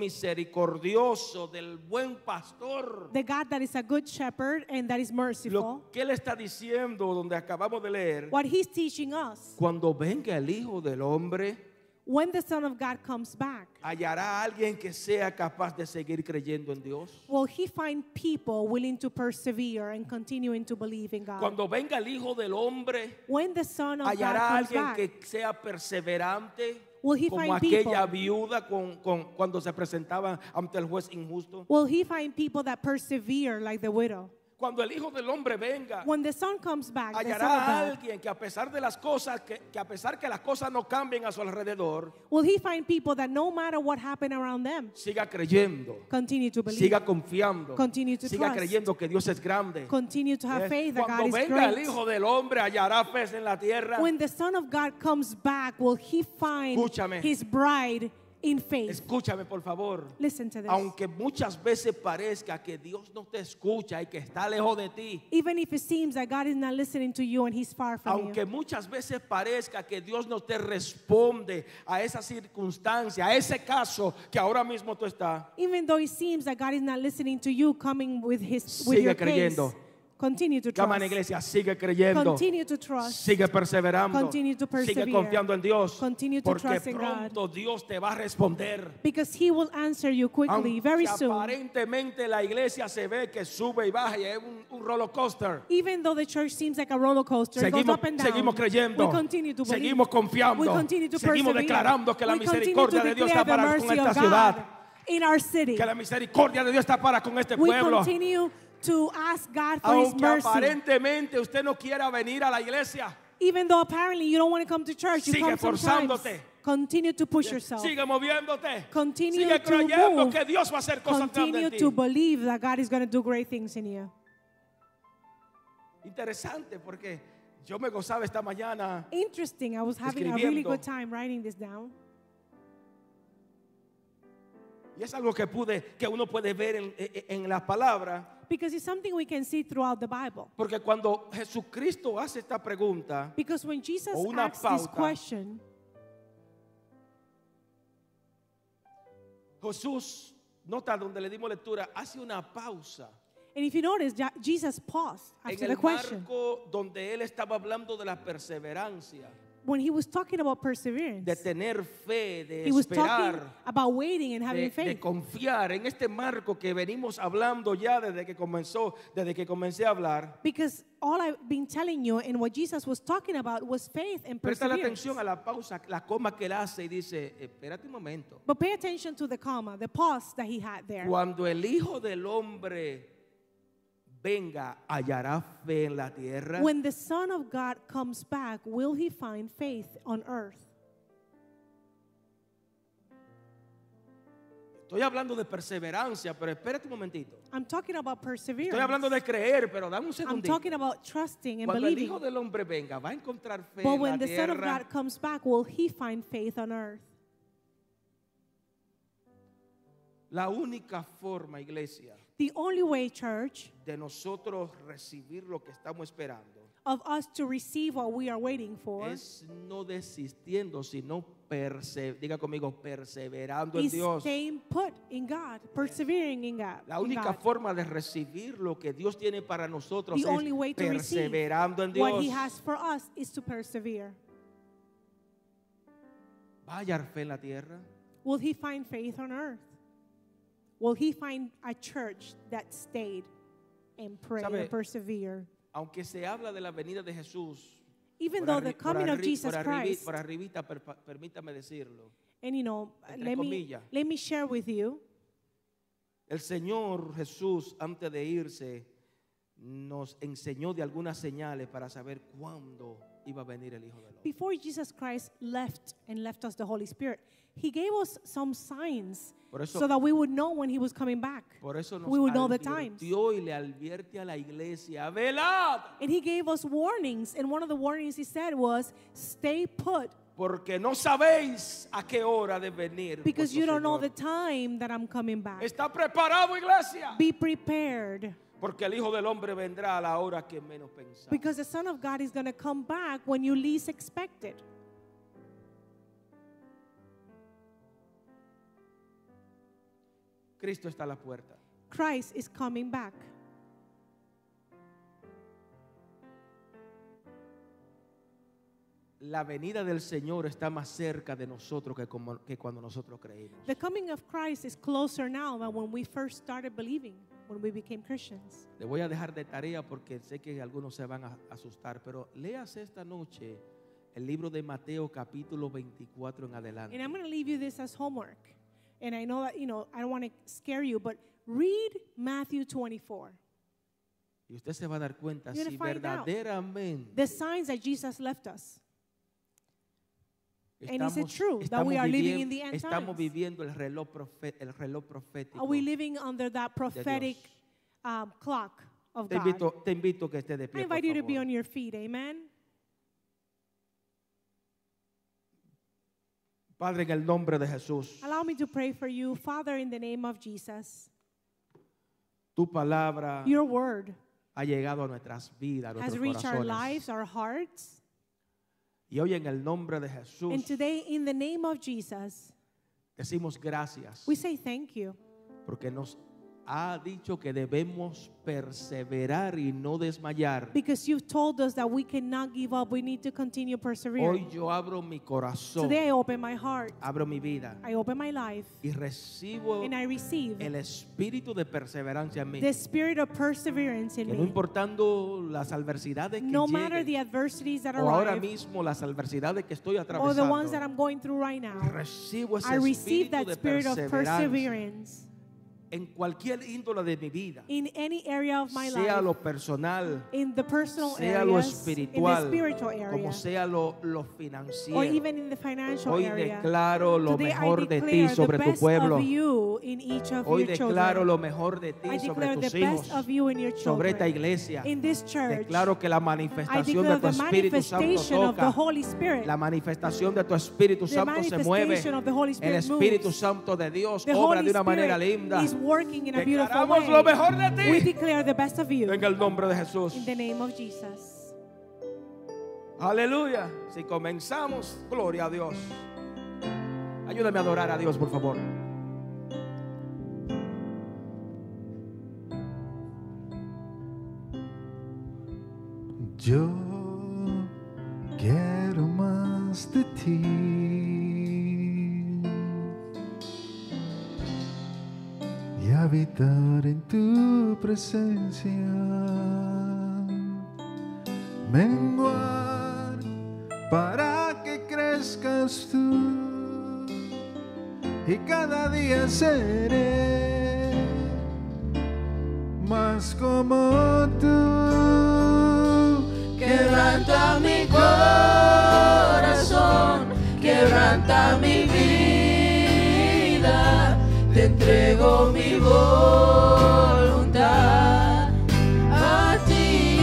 Speaker 2: misericordioso, del buen pastor.
Speaker 3: the God that is a good shepherd and that is merciful.
Speaker 2: Lo que él está diciendo, donde acabamos de leer,
Speaker 3: What he's teaching us,
Speaker 2: cuando venga el hijo del hombre,
Speaker 3: when the Son of God comes back,
Speaker 2: hallará a alguien que sea capaz de seguir creyendo en Dios.
Speaker 3: will he find people willing to persevere and continuing to believe in God?
Speaker 2: Cuando venga el hijo del hombre,
Speaker 3: When the Son of God
Speaker 2: hallará a
Speaker 3: comes
Speaker 2: alguien
Speaker 3: back,
Speaker 2: que sea perseverante.
Speaker 3: Will he
Speaker 2: Como
Speaker 3: find
Speaker 2: aquella
Speaker 3: people?
Speaker 2: viuda con- con- cuando se presentaba ante el juez injusto.
Speaker 3: will he find people that persevere like the widow?
Speaker 2: Cuando el Hijo del Hombre venga,
Speaker 3: When the Son comes back, the Son
Speaker 2: hallará
Speaker 3: of
Speaker 2: a
Speaker 3: God,
Speaker 2: alguien que a pesar de las cosas, que, que a pesar que las cosas no cambien a su alrededor,
Speaker 3: will he find people that no matter what happened around them,
Speaker 2: siga creyendo,
Speaker 3: continue to believe,
Speaker 2: siga confiando,
Speaker 3: Continue to
Speaker 2: siga
Speaker 3: trust.
Speaker 2: creyendo que Dios es grande.
Speaker 3: continue to have
Speaker 2: Yes.
Speaker 3: faith that God
Speaker 2: Cuando
Speaker 3: is
Speaker 2: venga el
Speaker 3: great?
Speaker 2: Hijo del Hombre, hallará fe en la tierra.
Speaker 3: When the Son of God comes back, will he find
Speaker 2: Escúchame.
Speaker 3: his bride in faith?
Speaker 2: Escúchame, por favor.
Speaker 3: Listen to this.
Speaker 2: Aunque muchas veces parezca que Dios no te escucha y que está lejos de ti,
Speaker 3: Even if it seems that God is not listening to you and he's far from
Speaker 2: aunque
Speaker 3: you.
Speaker 2: muchas veces parezca que Dios no te responde a esa circunstancia, a ese caso que ahora mismo tú estás,
Speaker 3: Even though it seems that God is not listening to you coming with his with
Speaker 2: Sigue
Speaker 3: your
Speaker 2: creyendo.
Speaker 3: case, continue to
Speaker 2: llama a la
Speaker 3: trust.
Speaker 2: iglesia, sigue creyendo.
Speaker 3: Continue to trust.
Speaker 2: Sigue perseverando.
Speaker 3: Continue to
Speaker 2: Sigue
Speaker 3: persevere.
Speaker 2: confiando en Dios.
Speaker 3: Continue to
Speaker 2: Porque
Speaker 3: trust in God.
Speaker 2: pronto Dios te va a responder.
Speaker 3: Because he will answer you quickly,
Speaker 2: Aunque
Speaker 3: very soon.
Speaker 2: aparentemente la iglesia se ve que sube y baja y es un, un roller coaster.
Speaker 3: Even though the church seems like a roller coaster, it goes
Speaker 2: Seguimos,
Speaker 3: up and down.
Speaker 2: seguimos creyendo,
Speaker 3: we continue to believe.
Speaker 2: seguimos confiando,
Speaker 3: we continue to
Speaker 2: seguimos
Speaker 3: persevere.
Speaker 2: declarando que la
Speaker 3: we continue
Speaker 2: misericordia
Speaker 3: to
Speaker 2: de Dios
Speaker 3: declare
Speaker 2: está
Speaker 3: the
Speaker 2: para con
Speaker 3: mercy
Speaker 2: esta
Speaker 3: of God
Speaker 2: ciudad.
Speaker 3: in our city.
Speaker 2: Que la misericordia de Dios está para con este
Speaker 3: we
Speaker 2: pueblo.
Speaker 3: continue to ask God for His
Speaker 2: Aunque
Speaker 3: mercy.
Speaker 2: aparentemente usted no quiera venir a la iglesia,
Speaker 3: Even though apparently you don't want to come to church, you
Speaker 2: Sigue
Speaker 3: come sometimes.
Speaker 2: forzándote.
Speaker 3: Continue to push yourself.
Speaker 2: sigue moviéndote.
Speaker 3: Continue
Speaker 2: sigue
Speaker 3: to
Speaker 2: creyendo
Speaker 3: move.
Speaker 2: que Dios va a hacer cosas grandes
Speaker 3: Continue
Speaker 2: en ti.
Speaker 3: to believe that God is going to do great things in you.
Speaker 2: Interesante porque yo me gozaba esta mañana
Speaker 3: Interesting. I was having a really
Speaker 2: Escribiendo.
Speaker 3: good time writing this down.
Speaker 2: y es algo que pude que uno puede ver en, e, en- en la palabra,
Speaker 3: Because it's something we can see throughout the Bible.
Speaker 2: porque cuando Jesucristo hace esta pregunta,
Speaker 3: Because when Jesus
Speaker 2: O una
Speaker 3: asks this
Speaker 2: pauta.
Speaker 3: question,
Speaker 2: Jesús nota donde le dimos lectura, hace una pausa
Speaker 3: and if you notice, Ja- Jesus paused
Speaker 2: en
Speaker 3: after
Speaker 2: el
Speaker 3: the question
Speaker 2: marco donde él estaba hablando de la perseverancia,
Speaker 3: when he was talking about perseverance.
Speaker 2: de tener fe, de
Speaker 3: he was talking
Speaker 2: esperar,
Speaker 3: about waiting and having
Speaker 2: de,
Speaker 3: faith.
Speaker 2: de confiar en este marco que venimos hablando ya desde que comenzó, desde que comencé a hablar.
Speaker 3: Because all I've been telling you and what Jesus was talking about was faith and
Speaker 2: Presta la
Speaker 3: perseverance.
Speaker 2: atención a la pausa, la coma que él hace y dice, espérate un momento.
Speaker 3: But pay attention to the comma, the pause that he had there.
Speaker 2: Cuando el Hijo del Hombre venga, hallará fe en la tierra.
Speaker 3: When the Son of God comes back, will he find faith on earth?
Speaker 2: Estoy hablando de perseverancia, pero espérate un momentito.
Speaker 3: I'm talking about perseverance.
Speaker 2: Estoy hablando de creer, pero dame un
Speaker 3: I'm
Speaker 2: segundito.
Speaker 3: talking about trusting and
Speaker 2: Cuando el Hijo
Speaker 3: believing.
Speaker 2: del Hombre venga, va a encontrar fe
Speaker 3: But
Speaker 2: en
Speaker 3: when
Speaker 2: la
Speaker 3: the Son of
Speaker 2: tierra.
Speaker 3: God comes back, will he find faith on earth?
Speaker 2: La única forma, iglesia,
Speaker 3: The only way, church,
Speaker 2: de nosotros recibir lo que estamos esperando
Speaker 3: of us to receive what we are waiting for
Speaker 2: es no desistiendo, sino perse- diga conmigo, perseverando en
Speaker 3: is
Speaker 2: Dios.
Speaker 3: staying put in God, persevering in God.
Speaker 2: La
Speaker 3: in
Speaker 2: única
Speaker 3: God.
Speaker 2: forma de recibir lo que Dios tiene para nosotros
Speaker 3: The only way
Speaker 2: es
Speaker 3: to receive
Speaker 2: perseverando en
Speaker 3: what he
Speaker 2: Dios.
Speaker 3: has for us is to persevere.
Speaker 2: ¿Va a hallar fe en la tierra?
Speaker 3: Will he find faith on earth? Will he find a church that stayed and prayed
Speaker 2: ¿Sabe?
Speaker 3: and persevered?
Speaker 2: aunque se habla de la venida de Jesús,
Speaker 3: Even
Speaker 2: por
Speaker 3: though
Speaker 2: arri-
Speaker 3: the
Speaker 2: por
Speaker 3: coming of
Speaker 2: arri-
Speaker 3: Jesus
Speaker 2: por arribi-
Speaker 3: Christ,
Speaker 2: por arribita, perpa- permítame decirlo,
Speaker 3: and you know,
Speaker 2: entre
Speaker 3: let me,
Speaker 2: comillas.
Speaker 3: let me share with you.
Speaker 2: el Señor Jesús antes de irse nos enseñó de algunas señales para saber cuándo iba a venir el Hijo del Hombre.
Speaker 3: Before Jesus Christ left and left us the Holy Spirit, He gave us some signs
Speaker 2: Por eso-
Speaker 3: so that we would know when He was coming back.
Speaker 2: Por eso nos
Speaker 3: we would know the times.
Speaker 2: advirtió y le advierte a la iglesia, velad,
Speaker 3: And He gave us warnings. And one of the warnings He said was, stay put
Speaker 2: porque no sabéis a qué hora de venir.
Speaker 3: because
Speaker 2: vuestro
Speaker 3: you don't know
Speaker 2: Señor".
Speaker 3: the time that I'm coming back.
Speaker 2: Está preparado, iglesia,
Speaker 3: Be prepared
Speaker 2: porque el Hijo del Hombre vendrá a la hora que menos pensamos.
Speaker 3: because the Son of God is going to come back when you least expect it.
Speaker 2: Cristo está a la puerta.
Speaker 3: Christ is coming back.
Speaker 2: La venida del Señor está más cerca de nosotros que, como- que cuando nosotros creímos.
Speaker 3: The coming of Christ is closer now than when we first started believing, when we became Christians.
Speaker 2: Le voy a dejar de tarea porque sé que algunos se van a asustar, pero leas esta noche el libro de Mateo capítulo 24 en adelante.
Speaker 3: And I'm going to leave you this as homework. And I know that, you know, I don't want to scare you, but read Matthew 24.
Speaker 2: Y usted se va a dar cuenta
Speaker 3: You're
Speaker 2: si
Speaker 3: gonna find out.
Speaker 2: verdaderamente
Speaker 3: The signs that Jesus left us. and is it
Speaker 2: estamos,
Speaker 3: true that
Speaker 2: estamos
Speaker 3: we are living
Speaker 2: vivien-
Speaker 3: in the end
Speaker 2: estamos
Speaker 3: times?
Speaker 2: viviendo el reloj, profe- el reloj profético.
Speaker 3: Are we living under that prophetic
Speaker 2: Dios.
Speaker 3: um, clock of
Speaker 2: te,
Speaker 3: God?
Speaker 2: invito, te invito a que esté de
Speaker 3: I
Speaker 2: pie. por
Speaker 3: invite you to be
Speaker 2: favor.
Speaker 3: on your feet. Amen.
Speaker 2: Padre, en el nombre de Jesús,
Speaker 3: Allow me to pray for you, Father, in the name of Jesus.
Speaker 2: tu palabra
Speaker 3: Your word
Speaker 2: ha llegado a nuestras vidas, a
Speaker 3: has
Speaker 2: nuestros
Speaker 3: reached our
Speaker 2: corazones.
Speaker 3: lives, our hearts.
Speaker 2: Y hoy en el nombre de Jesús
Speaker 3: And today, in the name of Jesus,
Speaker 2: decimos gracias
Speaker 3: we say thank you
Speaker 2: porque nos ha dicho que debemos perseverar y no desmayar.
Speaker 3: because you've told us that we cannot give up. We need to continue persevering.
Speaker 2: Hoy yo abro mi corazón,
Speaker 3: Today, I open my heart,
Speaker 2: abro mi vida
Speaker 3: I open my life,
Speaker 2: y recibo
Speaker 3: and I receive
Speaker 2: el espíritu de perseverancia en mí.
Speaker 3: the spirit of perseverance
Speaker 2: Que
Speaker 3: in
Speaker 2: no
Speaker 3: me.
Speaker 2: importando las adversidades que
Speaker 3: No matter the
Speaker 2: lleguen,
Speaker 3: adversities that
Speaker 2: o ahora
Speaker 3: arrive
Speaker 2: mismo las adversidades que estoy
Speaker 3: or the ones
Speaker 2: atravesando,
Speaker 3: that I'm going through right now,
Speaker 2: recibo ese
Speaker 3: I receive
Speaker 2: espíritu
Speaker 3: that
Speaker 2: de
Speaker 3: spirit of
Speaker 2: perseverancia
Speaker 3: perseverance
Speaker 2: en cualquier índole de mi vida,
Speaker 3: in any area of my
Speaker 2: sea
Speaker 3: life,
Speaker 2: lo personal,
Speaker 3: in the personal
Speaker 2: sea lo
Speaker 3: areas, in the
Speaker 2: espiritual,
Speaker 3: spiritual
Speaker 2: como
Speaker 3: area.
Speaker 2: sea lo, lo
Speaker 3: or
Speaker 2: financiero.
Speaker 3: even in the financial
Speaker 2: Hoy
Speaker 3: area.
Speaker 2: declaro lo
Speaker 3: Today I
Speaker 2: mejor de
Speaker 3: declare
Speaker 2: ti
Speaker 3: the
Speaker 2: sobre tu
Speaker 3: best
Speaker 2: pueblo.
Speaker 3: of you in each of
Speaker 2: Hoy
Speaker 3: your
Speaker 2: declaro
Speaker 3: children.
Speaker 2: lo mejor de
Speaker 3: I
Speaker 2: ti sobre
Speaker 3: declare the
Speaker 2: tus
Speaker 3: best of
Speaker 2: hijos,
Speaker 3: you in your
Speaker 2: sobre
Speaker 3: children.
Speaker 2: esta iglesia.
Speaker 3: in this church,
Speaker 2: Declaro que la
Speaker 3: I
Speaker 2: manifestación
Speaker 3: declare
Speaker 2: de tu
Speaker 3: the
Speaker 2: Espíritu Santo
Speaker 3: manifestation of the
Speaker 2: toca.
Speaker 3: Holy Spirit.
Speaker 2: La manifestación de tu Espíritu
Speaker 3: The
Speaker 2: Santo se mueve.
Speaker 3: manifestation of the Holy
Speaker 2: El
Speaker 3: Spirit
Speaker 2: Espíritu
Speaker 3: moves.
Speaker 2: Santo de Dios
Speaker 3: the
Speaker 2: obra
Speaker 3: Holy
Speaker 2: de una manera
Speaker 3: Spirit
Speaker 2: linda.
Speaker 3: is working in a beautiful
Speaker 2: Declaramos
Speaker 3: way.
Speaker 2: lo mejor de ti.
Speaker 3: We declare the best of you
Speaker 2: En el nombre de Jesús.
Speaker 3: in the name of Jesus.
Speaker 2: Aleluya. Si comenzamos, gloria a Dios. Ayúdame a adorar a Dios, por favor.
Speaker 4: Yo quiero más de ti. Y habitar en tu presencia. Menguar para que crezcas tú. Y cada día seré más como tú. Quebranta mi corazón, quebranta mi vida, te entrego mi voluntad a ti.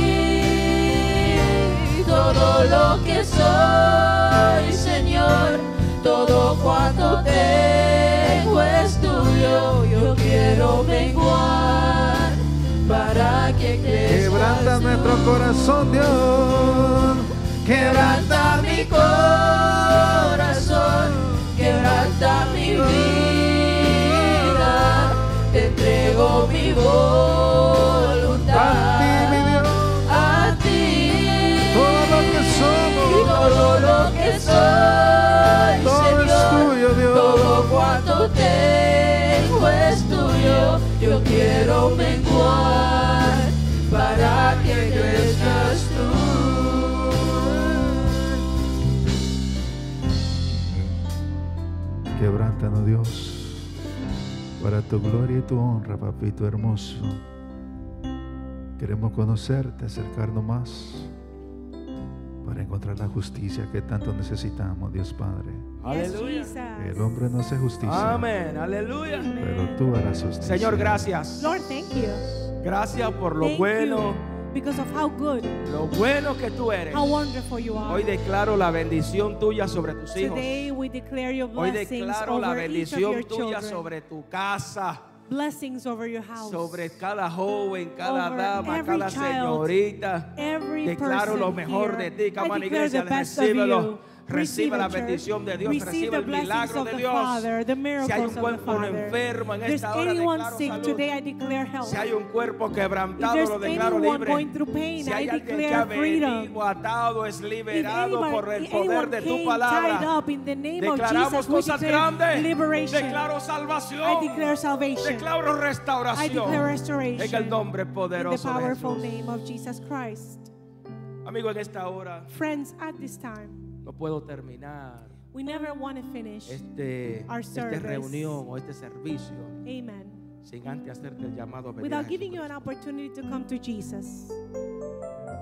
Speaker 4: Todo lo que soy, Señor, todo cuanto tengo es tuyo, yo quiero menguar para que Quebranta nuestro corazón, Dios. Quebranta mi corazón. Quebranta mi vida. Te entrego mi voluntad. A ti, mi Dios. A ti. Todo lo que somos. Todo lo que soy. Todo es tuyo, Dios. Todo cuanto tengo es tuyo. Yo quiero menguar para que crezca.
Speaker 5: tu gloria y tu honra, papito hermoso. Queremos conocerte, acercarnos más para encontrar la justicia que tanto necesitamos, Dios Padre.
Speaker 3: Yes,
Speaker 2: Aleluya.
Speaker 3: Jesus.
Speaker 5: El hombre no hace justicia,
Speaker 2: Amén. Aleluya.
Speaker 5: pero tú harás justicia.
Speaker 2: Señor, gracias.
Speaker 3: Lord, thank you.
Speaker 2: Gracias por lo
Speaker 3: thank
Speaker 2: bueno,
Speaker 3: you because of how good,
Speaker 2: lo bueno que tú eres.
Speaker 3: how wonderful you are.
Speaker 2: Hoy declaro la bendición tuya sobre tus hijos.
Speaker 3: Today we declare your
Speaker 2: Hoy
Speaker 3: blessings
Speaker 2: declaro la
Speaker 3: over each of your
Speaker 2: bendición tuya
Speaker 3: children.
Speaker 2: sobre tu casa.
Speaker 3: blessings over your house.
Speaker 2: sobre cada joven, cada
Speaker 3: Over
Speaker 2: dama,
Speaker 3: every
Speaker 2: cada
Speaker 3: child,
Speaker 2: señorita.
Speaker 3: every
Speaker 2: Declaro
Speaker 3: person
Speaker 2: lo mejor de
Speaker 3: here.
Speaker 2: ti,
Speaker 3: I
Speaker 2: Cama
Speaker 3: declare
Speaker 2: Iglesia,
Speaker 3: the best of
Speaker 2: recíbelo.
Speaker 3: you.
Speaker 2: Reciba la
Speaker 3: Receive it, church.
Speaker 2: bendición de Dios,
Speaker 3: Receive
Speaker 2: reciba
Speaker 3: the
Speaker 2: el
Speaker 3: blessings
Speaker 2: milagro
Speaker 3: of
Speaker 2: de
Speaker 3: the
Speaker 2: Dios.
Speaker 3: Father, the
Speaker 2: si hay un
Speaker 3: miracles of the
Speaker 2: cuerpo
Speaker 3: Father.
Speaker 2: enfermo en
Speaker 3: If there's
Speaker 2: esta hora,
Speaker 3: anyone
Speaker 2: declaro
Speaker 3: sick
Speaker 2: salud.
Speaker 3: today, I declare health.
Speaker 2: si hay un cuerpo quebrantado,
Speaker 3: there's
Speaker 2: lo declaro
Speaker 3: anyone
Speaker 2: libre.
Speaker 3: going through pain,
Speaker 2: si hay
Speaker 3: I
Speaker 2: alguien que
Speaker 3: declare
Speaker 2: ha
Speaker 3: freedom.
Speaker 2: venido atado, es
Speaker 3: If
Speaker 2: liberado
Speaker 3: anyone,
Speaker 2: por el
Speaker 3: if
Speaker 2: poder
Speaker 3: anyone
Speaker 2: de tu
Speaker 3: came tied
Speaker 2: palabra.
Speaker 3: up in the name of
Speaker 2: Declaramos
Speaker 3: Jesus, we
Speaker 2: cosas
Speaker 3: declare
Speaker 2: grandes.
Speaker 3: liberation.
Speaker 2: Declaro salvación.
Speaker 3: I declare salvation.
Speaker 2: Declaro
Speaker 3: I
Speaker 2: restauración.
Speaker 3: declare restoration.
Speaker 2: En el nombre
Speaker 3: in the
Speaker 2: poderoso de
Speaker 3: powerful
Speaker 2: Jesús.
Speaker 3: name of Jesus Christ.
Speaker 2: Amigo, en esta hora
Speaker 3: Friends, at this time,
Speaker 2: no puedo terminar
Speaker 3: we never want to finish.
Speaker 2: este,
Speaker 3: Our
Speaker 2: esta
Speaker 3: service.
Speaker 2: reunión o este servicio
Speaker 3: Amen.
Speaker 2: sin antes hacerte el llamado a venir a
Speaker 3: Without giving you an
Speaker 2: Jesucristo.
Speaker 3: opportunity to come to Jesus.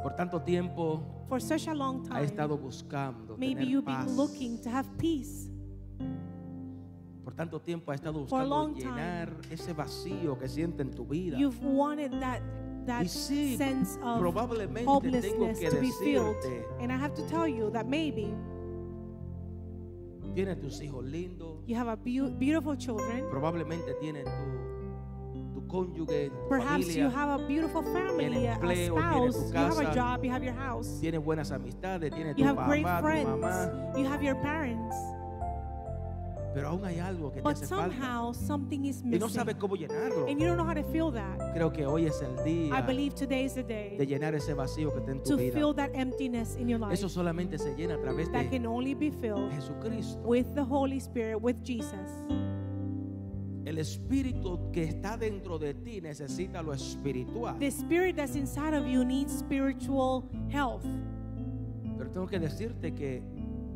Speaker 2: Por tanto tiempo
Speaker 3: For such a long
Speaker 2: ha
Speaker 3: time,
Speaker 2: estado buscando
Speaker 3: maybe
Speaker 2: tener
Speaker 3: you've
Speaker 2: paz.
Speaker 3: been looking to have peace.
Speaker 2: Por tanto tiempo ha estado
Speaker 3: For a
Speaker 2: buscando
Speaker 3: long time.
Speaker 2: llenar ese vacío que siente en tu vida.
Speaker 3: You've wanted that that
Speaker 2: Y sí,
Speaker 3: sense of
Speaker 2: probablemente
Speaker 3: hopelessness
Speaker 2: tengo que
Speaker 3: to be filled.
Speaker 2: decirte.
Speaker 3: And I have to tell you that maybe
Speaker 2: Tienes tus hijos lindos,
Speaker 3: you have a beau- beautiful children.
Speaker 2: probablemente tienes tu, tu cónyuge, tu
Speaker 3: Perhaps
Speaker 2: familia,
Speaker 3: you have a beautiful family, a- a
Speaker 2: empleo,
Speaker 3: spouse,
Speaker 2: tienes tu
Speaker 3: you have
Speaker 2: casa.
Speaker 3: a job, you have your house,
Speaker 2: tienes buenas amistades, tienes
Speaker 3: you
Speaker 2: tu
Speaker 3: have
Speaker 2: papá,
Speaker 3: great
Speaker 2: tu mamá.
Speaker 3: friends, you have your parents.
Speaker 2: Pero aún hay algo que te
Speaker 3: But
Speaker 2: hace falta
Speaker 3: somehow something is
Speaker 2: y no sabes
Speaker 3: missing.
Speaker 2: cómo llenarlo.
Speaker 3: And you don't know how to feel that.
Speaker 2: Creo que hoy es el
Speaker 3: I
Speaker 2: día
Speaker 3: believe today is the
Speaker 2: de
Speaker 3: day
Speaker 2: llenar ese vacío que está en tu
Speaker 3: to
Speaker 2: vida.
Speaker 3: fill that emptiness in your life
Speaker 2: Eso solamente se llena a través
Speaker 3: that
Speaker 2: de
Speaker 3: can only be filled
Speaker 2: Jesucristo.
Speaker 3: with the Holy Spirit, with Jesus.
Speaker 2: El espíritu que está dentro de ti necesita lo espiritual.
Speaker 3: The spirit that's inside of you needs spiritual health.
Speaker 2: Pero tengo que decirte que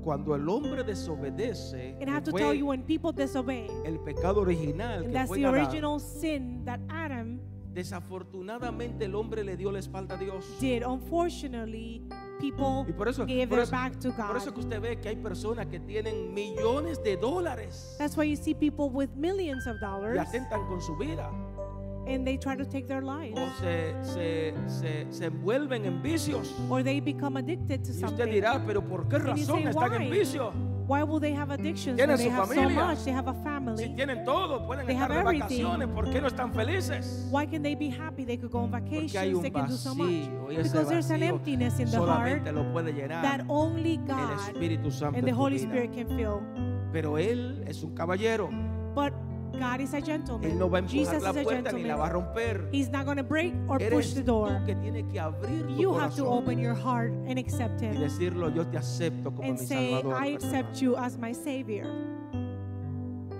Speaker 2: cuando el hombre desobedece,
Speaker 3: And I have
Speaker 2: que
Speaker 3: to
Speaker 2: fue
Speaker 3: tell you, when people disobey,
Speaker 2: el pecado original
Speaker 3: and
Speaker 2: que
Speaker 3: that's
Speaker 2: fue
Speaker 3: the
Speaker 2: en Adán,
Speaker 3: original sin that Adam
Speaker 2: desafortunadamente el hombre le dio la espalda a Dios.
Speaker 3: did. Unfortunately, people
Speaker 2: Y por eso,
Speaker 3: gave
Speaker 2: por
Speaker 3: their
Speaker 2: eso,
Speaker 3: back to
Speaker 2: por eso que
Speaker 3: God.
Speaker 2: usted ve que hay personas que tienen millones de dólares
Speaker 3: That's why you see people with millions of
Speaker 2: y
Speaker 3: dollars
Speaker 2: atentan con su vida
Speaker 3: and they try to take their lives
Speaker 2: o se, se, se, se envuelven en vicios.
Speaker 3: or they become addicted to
Speaker 2: Y usted
Speaker 3: something.
Speaker 2: dirá, pero ¿por qué
Speaker 3: And you
Speaker 2: razón
Speaker 3: say,
Speaker 2: están en
Speaker 3: "Why?"
Speaker 2: vicio?
Speaker 3: Why will they have addictions?
Speaker 2: Tienen
Speaker 3: when
Speaker 2: su
Speaker 3: they have so
Speaker 2: familia.
Speaker 3: much. They have a
Speaker 2: Si
Speaker 3: family.
Speaker 2: tienen todo, pueden
Speaker 3: They
Speaker 2: estar de
Speaker 3: have everything.
Speaker 2: vacaciones, ¿por qué no están felices?
Speaker 3: Why can they be happy? They could go on
Speaker 2: Porque hay
Speaker 3: vacations. They
Speaker 2: un
Speaker 3: can do so much.
Speaker 2: vacío y ese
Speaker 3: Because there's an
Speaker 2: vacío
Speaker 3: emptiness in the heart
Speaker 2: solamente lo puede
Speaker 3: that
Speaker 2: llenar
Speaker 3: only
Speaker 2: el
Speaker 3: God
Speaker 2: Espíritu Santo
Speaker 3: and the
Speaker 2: en tu
Speaker 3: Holy
Speaker 2: vida.
Speaker 3: Spirit can fill.
Speaker 2: Pero Él es un caballero,
Speaker 3: But God is a
Speaker 2: Él no va a
Speaker 3: gentleman.
Speaker 2: empujar
Speaker 3: Jesus
Speaker 2: la
Speaker 3: is a
Speaker 2: puerta ni la va a
Speaker 3: gentleman.
Speaker 2: romper.
Speaker 3: He's not going to break or push
Speaker 2: Eres
Speaker 3: the
Speaker 2: tú
Speaker 3: door.
Speaker 2: que tienes que abrir tu
Speaker 3: You have to
Speaker 2: corazón
Speaker 3: open your heart and accept
Speaker 2: y
Speaker 3: Him
Speaker 2: decirlo, yo te acepto como
Speaker 3: and
Speaker 2: mi
Speaker 3: say,
Speaker 2: Salvador
Speaker 3: I
Speaker 2: personal".
Speaker 3: accept you as my Savior.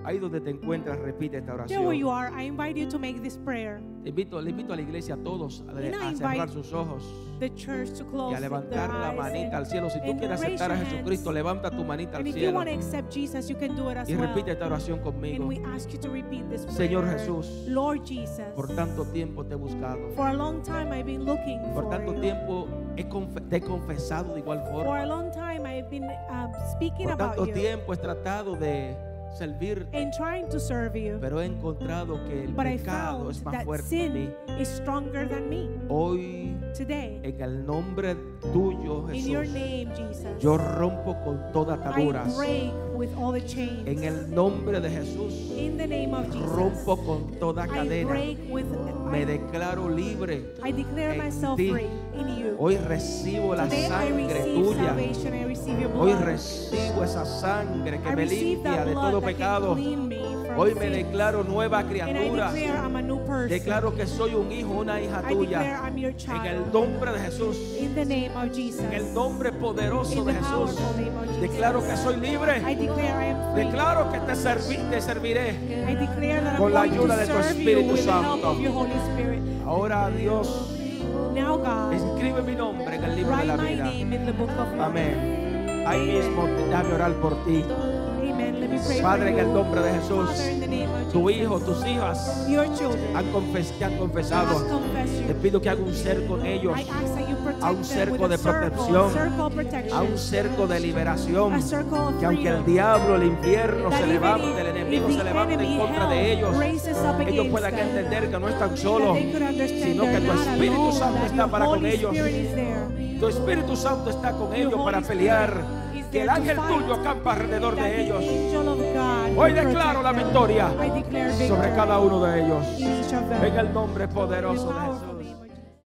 Speaker 2: Ahí donde te encuentras, repite esta
Speaker 3: There where you
Speaker 2: oración.
Speaker 3: are, I invite you to make this prayer.
Speaker 2: Te invito, le invito a la iglesia a todos a,
Speaker 3: And I
Speaker 2: a cerrar
Speaker 3: invite
Speaker 2: sus ojos.
Speaker 3: The church to close
Speaker 2: y a
Speaker 3: their
Speaker 2: levantar la
Speaker 3: eyes
Speaker 2: manita al cielo. Si tú
Speaker 3: and
Speaker 2: quieres
Speaker 3: raise
Speaker 2: aceptar a
Speaker 3: your
Speaker 2: Jesucristo,
Speaker 3: hands.
Speaker 2: levanta tu manita
Speaker 3: And
Speaker 2: al
Speaker 3: if you
Speaker 2: cielo
Speaker 3: want to accept Jesus, you can do it as
Speaker 2: y repite
Speaker 3: well.
Speaker 2: esta oración
Speaker 3: And
Speaker 2: conmigo.
Speaker 3: we ask you to repeat this prayer.
Speaker 2: Señor Jesús,
Speaker 3: Lord Jesus,
Speaker 2: Por tanto tiempo te he buscado.
Speaker 3: for a long time I've been looking
Speaker 2: Por
Speaker 3: for
Speaker 2: tanto
Speaker 3: you.
Speaker 2: tiempo he confe- te he confesado de igual
Speaker 3: For
Speaker 2: forma.
Speaker 3: a long time I've been um, speaking
Speaker 2: Por
Speaker 3: about
Speaker 2: tanto
Speaker 3: you
Speaker 2: tiempo he tratado de servirte,
Speaker 3: and trying to serve you.
Speaker 2: pero he encontrado que el
Speaker 3: But I
Speaker 2: pecado
Speaker 3: found
Speaker 2: es más
Speaker 3: that
Speaker 2: fuerte en mí.
Speaker 3: sin is stronger than me.
Speaker 2: Hoy,
Speaker 3: Today,
Speaker 2: en el nombre tuyo,
Speaker 3: in your
Speaker 2: Jesús,
Speaker 3: name, Jesus,
Speaker 2: yo rompo con toda atadura.
Speaker 3: I break with all the chains.
Speaker 2: En el nombre de Jesús,
Speaker 3: in the name of Jesus,
Speaker 2: rompo con toda
Speaker 3: I
Speaker 2: cadena.
Speaker 3: break with.
Speaker 2: Me declaro libre.
Speaker 3: I declare
Speaker 2: en
Speaker 3: myself
Speaker 2: ti.
Speaker 3: free in you.
Speaker 2: Hoy recibo la
Speaker 3: Today I
Speaker 2: sangre
Speaker 3: receive
Speaker 2: tuya.
Speaker 3: salvation. I receive your
Speaker 2: Hoy
Speaker 3: blood.
Speaker 2: recibo esa sangre que
Speaker 3: I
Speaker 2: me
Speaker 3: receive
Speaker 2: limpia
Speaker 3: that
Speaker 2: de
Speaker 3: blood
Speaker 2: todo
Speaker 3: that
Speaker 2: pecado.
Speaker 3: can clean me from
Speaker 2: Hoy me
Speaker 3: sin.
Speaker 2: declaro nueva
Speaker 3: And I
Speaker 2: criatura.
Speaker 3: declare I'm a new person.
Speaker 2: Declaro que soy un hijo, una hija
Speaker 3: I declare
Speaker 2: tuya.
Speaker 3: I'm your
Speaker 2: En
Speaker 3: child.
Speaker 2: el nombre de Jesús.
Speaker 3: in the name of Jesus.
Speaker 2: En el nombre poderoso
Speaker 3: In
Speaker 2: de
Speaker 3: the
Speaker 2: Jesús.
Speaker 3: powerful name of Jesus.
Speaker 2: Declaro que soy
Speaker 3: I
Speaker 2: libre.
Speaker 3: declare I am free.
Speaker 2: Declaro que te, serví- te serviré.
Speaker 3: I declare that
Speaker 2: Con la
Speaker 3: I'm going
Speaker 2: ayuda
Speaker 3: to
Speaker 2: de tu
Speaker 3: serve you
Speaker 2: Espíritu
Speaker 3: with the help
Speaker 2: Santo.
Speaker 3: of your Holy Spirit.
Speaker 2: Ahora Dios,
Speaker 3: Now God,
Speaker 2: escribe mi nombre en el libro de
Speaker 3: write
Speaker 2: la
Speaker 3: my
Speaker 2: vida.
Speaker 3: name in the book of life.
Speaker 2: Amén. Ahí mismo, déjame orar por ti.
Speaker 3: Amen. Let me Lord, we pray
Speaker 2: Padre, en
Speaker 3: for
Speaker 2: el
Speaker 3: you.
Speaker 2: nombre de Jesús,
Speaker 3: Father, in the name of
Speaker 2: tu
Speaker 3: Jesus,
Speaker 2: hijo, tus hijas
Speaker 3: your children,
Speaker 2: han confes- te han
Speaker 3: has
Speaker 2: confesado.
Speaker 3: confessed
Speaker 2: Te
Speaker 3: you.
Speaker 2: pido que haga un cerco con ellos,
Speaker 3: I ask that you protect
Speaker 2: a un
Speaker 3: them
Speaker 2: cerco
Speaker 3: with
Speaker 2: de
Speaker 3: a circle,
Speaker 2: protección,
Speaker 3: circle of protection,
Speaker 2: a un cerco de liberación.
Speaker 3: a circle of
Speaker 2: Que aunque el
Speaker 3: freedom,
Speaker 2: diablo, el infierno
Speaker 3: that
Speaker 2: se
Speaker 3: even
Speaker 2: levante, el
Speaker 3: if-
Speaker 2: enemigo
Speaker 3: if
Speaker 2: se
Speaker 3: the
Speaker 2: levante en
Speaker 3: enemy,
Speaker 2: contra de
Speaker 3: hell,
Speaker 2: ellos,
Speaker 3: raises up
Speaker 2: ellos
Speaker 3: against
Speaker 2: puedan
Speaker 3: them,
Speaker 2: entender que no están
Speaker 3: that
Speaker 2: solos,
Speaker 3: they could understand
Speaker 2: sino que
Speaker 3: they're
Speaker 2: tu
Speaker 3: not
Speaker 2: Espíritu
Speaker 3: alone,
Speaker 2: Santo
Speaker 3: that
Speaker 2: está
Speaker 3: your
Speaker 2: para con
Speaker 3: Holy
Speaker 2: ellos.
Speaker 3: Spirit is there.
Speaker 2: Tu Espíritu Santo está con
Speaker 3: Your
Speaker 2: ellos
Speaker 3: Holy
Speaker 2: para
Speaker 3: Spirit
Speaker 2: pelear.
Speaker 3: is there
Speaker 2: Que el
Speaker 3: to
Speaker 2: ángel
Speaker 3: fight,
Speaker 2: tuyo acampa alrededor
Speaker 3: that
Speaker 2: de
Speaker 3: the
Speaker 2: ellos.
Speaker 3: angel of God
Speaker 2: Hoy
Speaker 3: will
Speaker 2: declaro
Speaker 3: protect
Speaker 2: la
Speaker 3: them.
Speaker 2: victoria
Speaker 3: I declare
Speaker 2: sobre
Speaker 3: victory
Speaker 2: cada uno de ellos.
Speaker 3: in each of them.
Speaker 2: En el nombre poderoso de
Speaker 3: In the
Speaker 2: Jesús.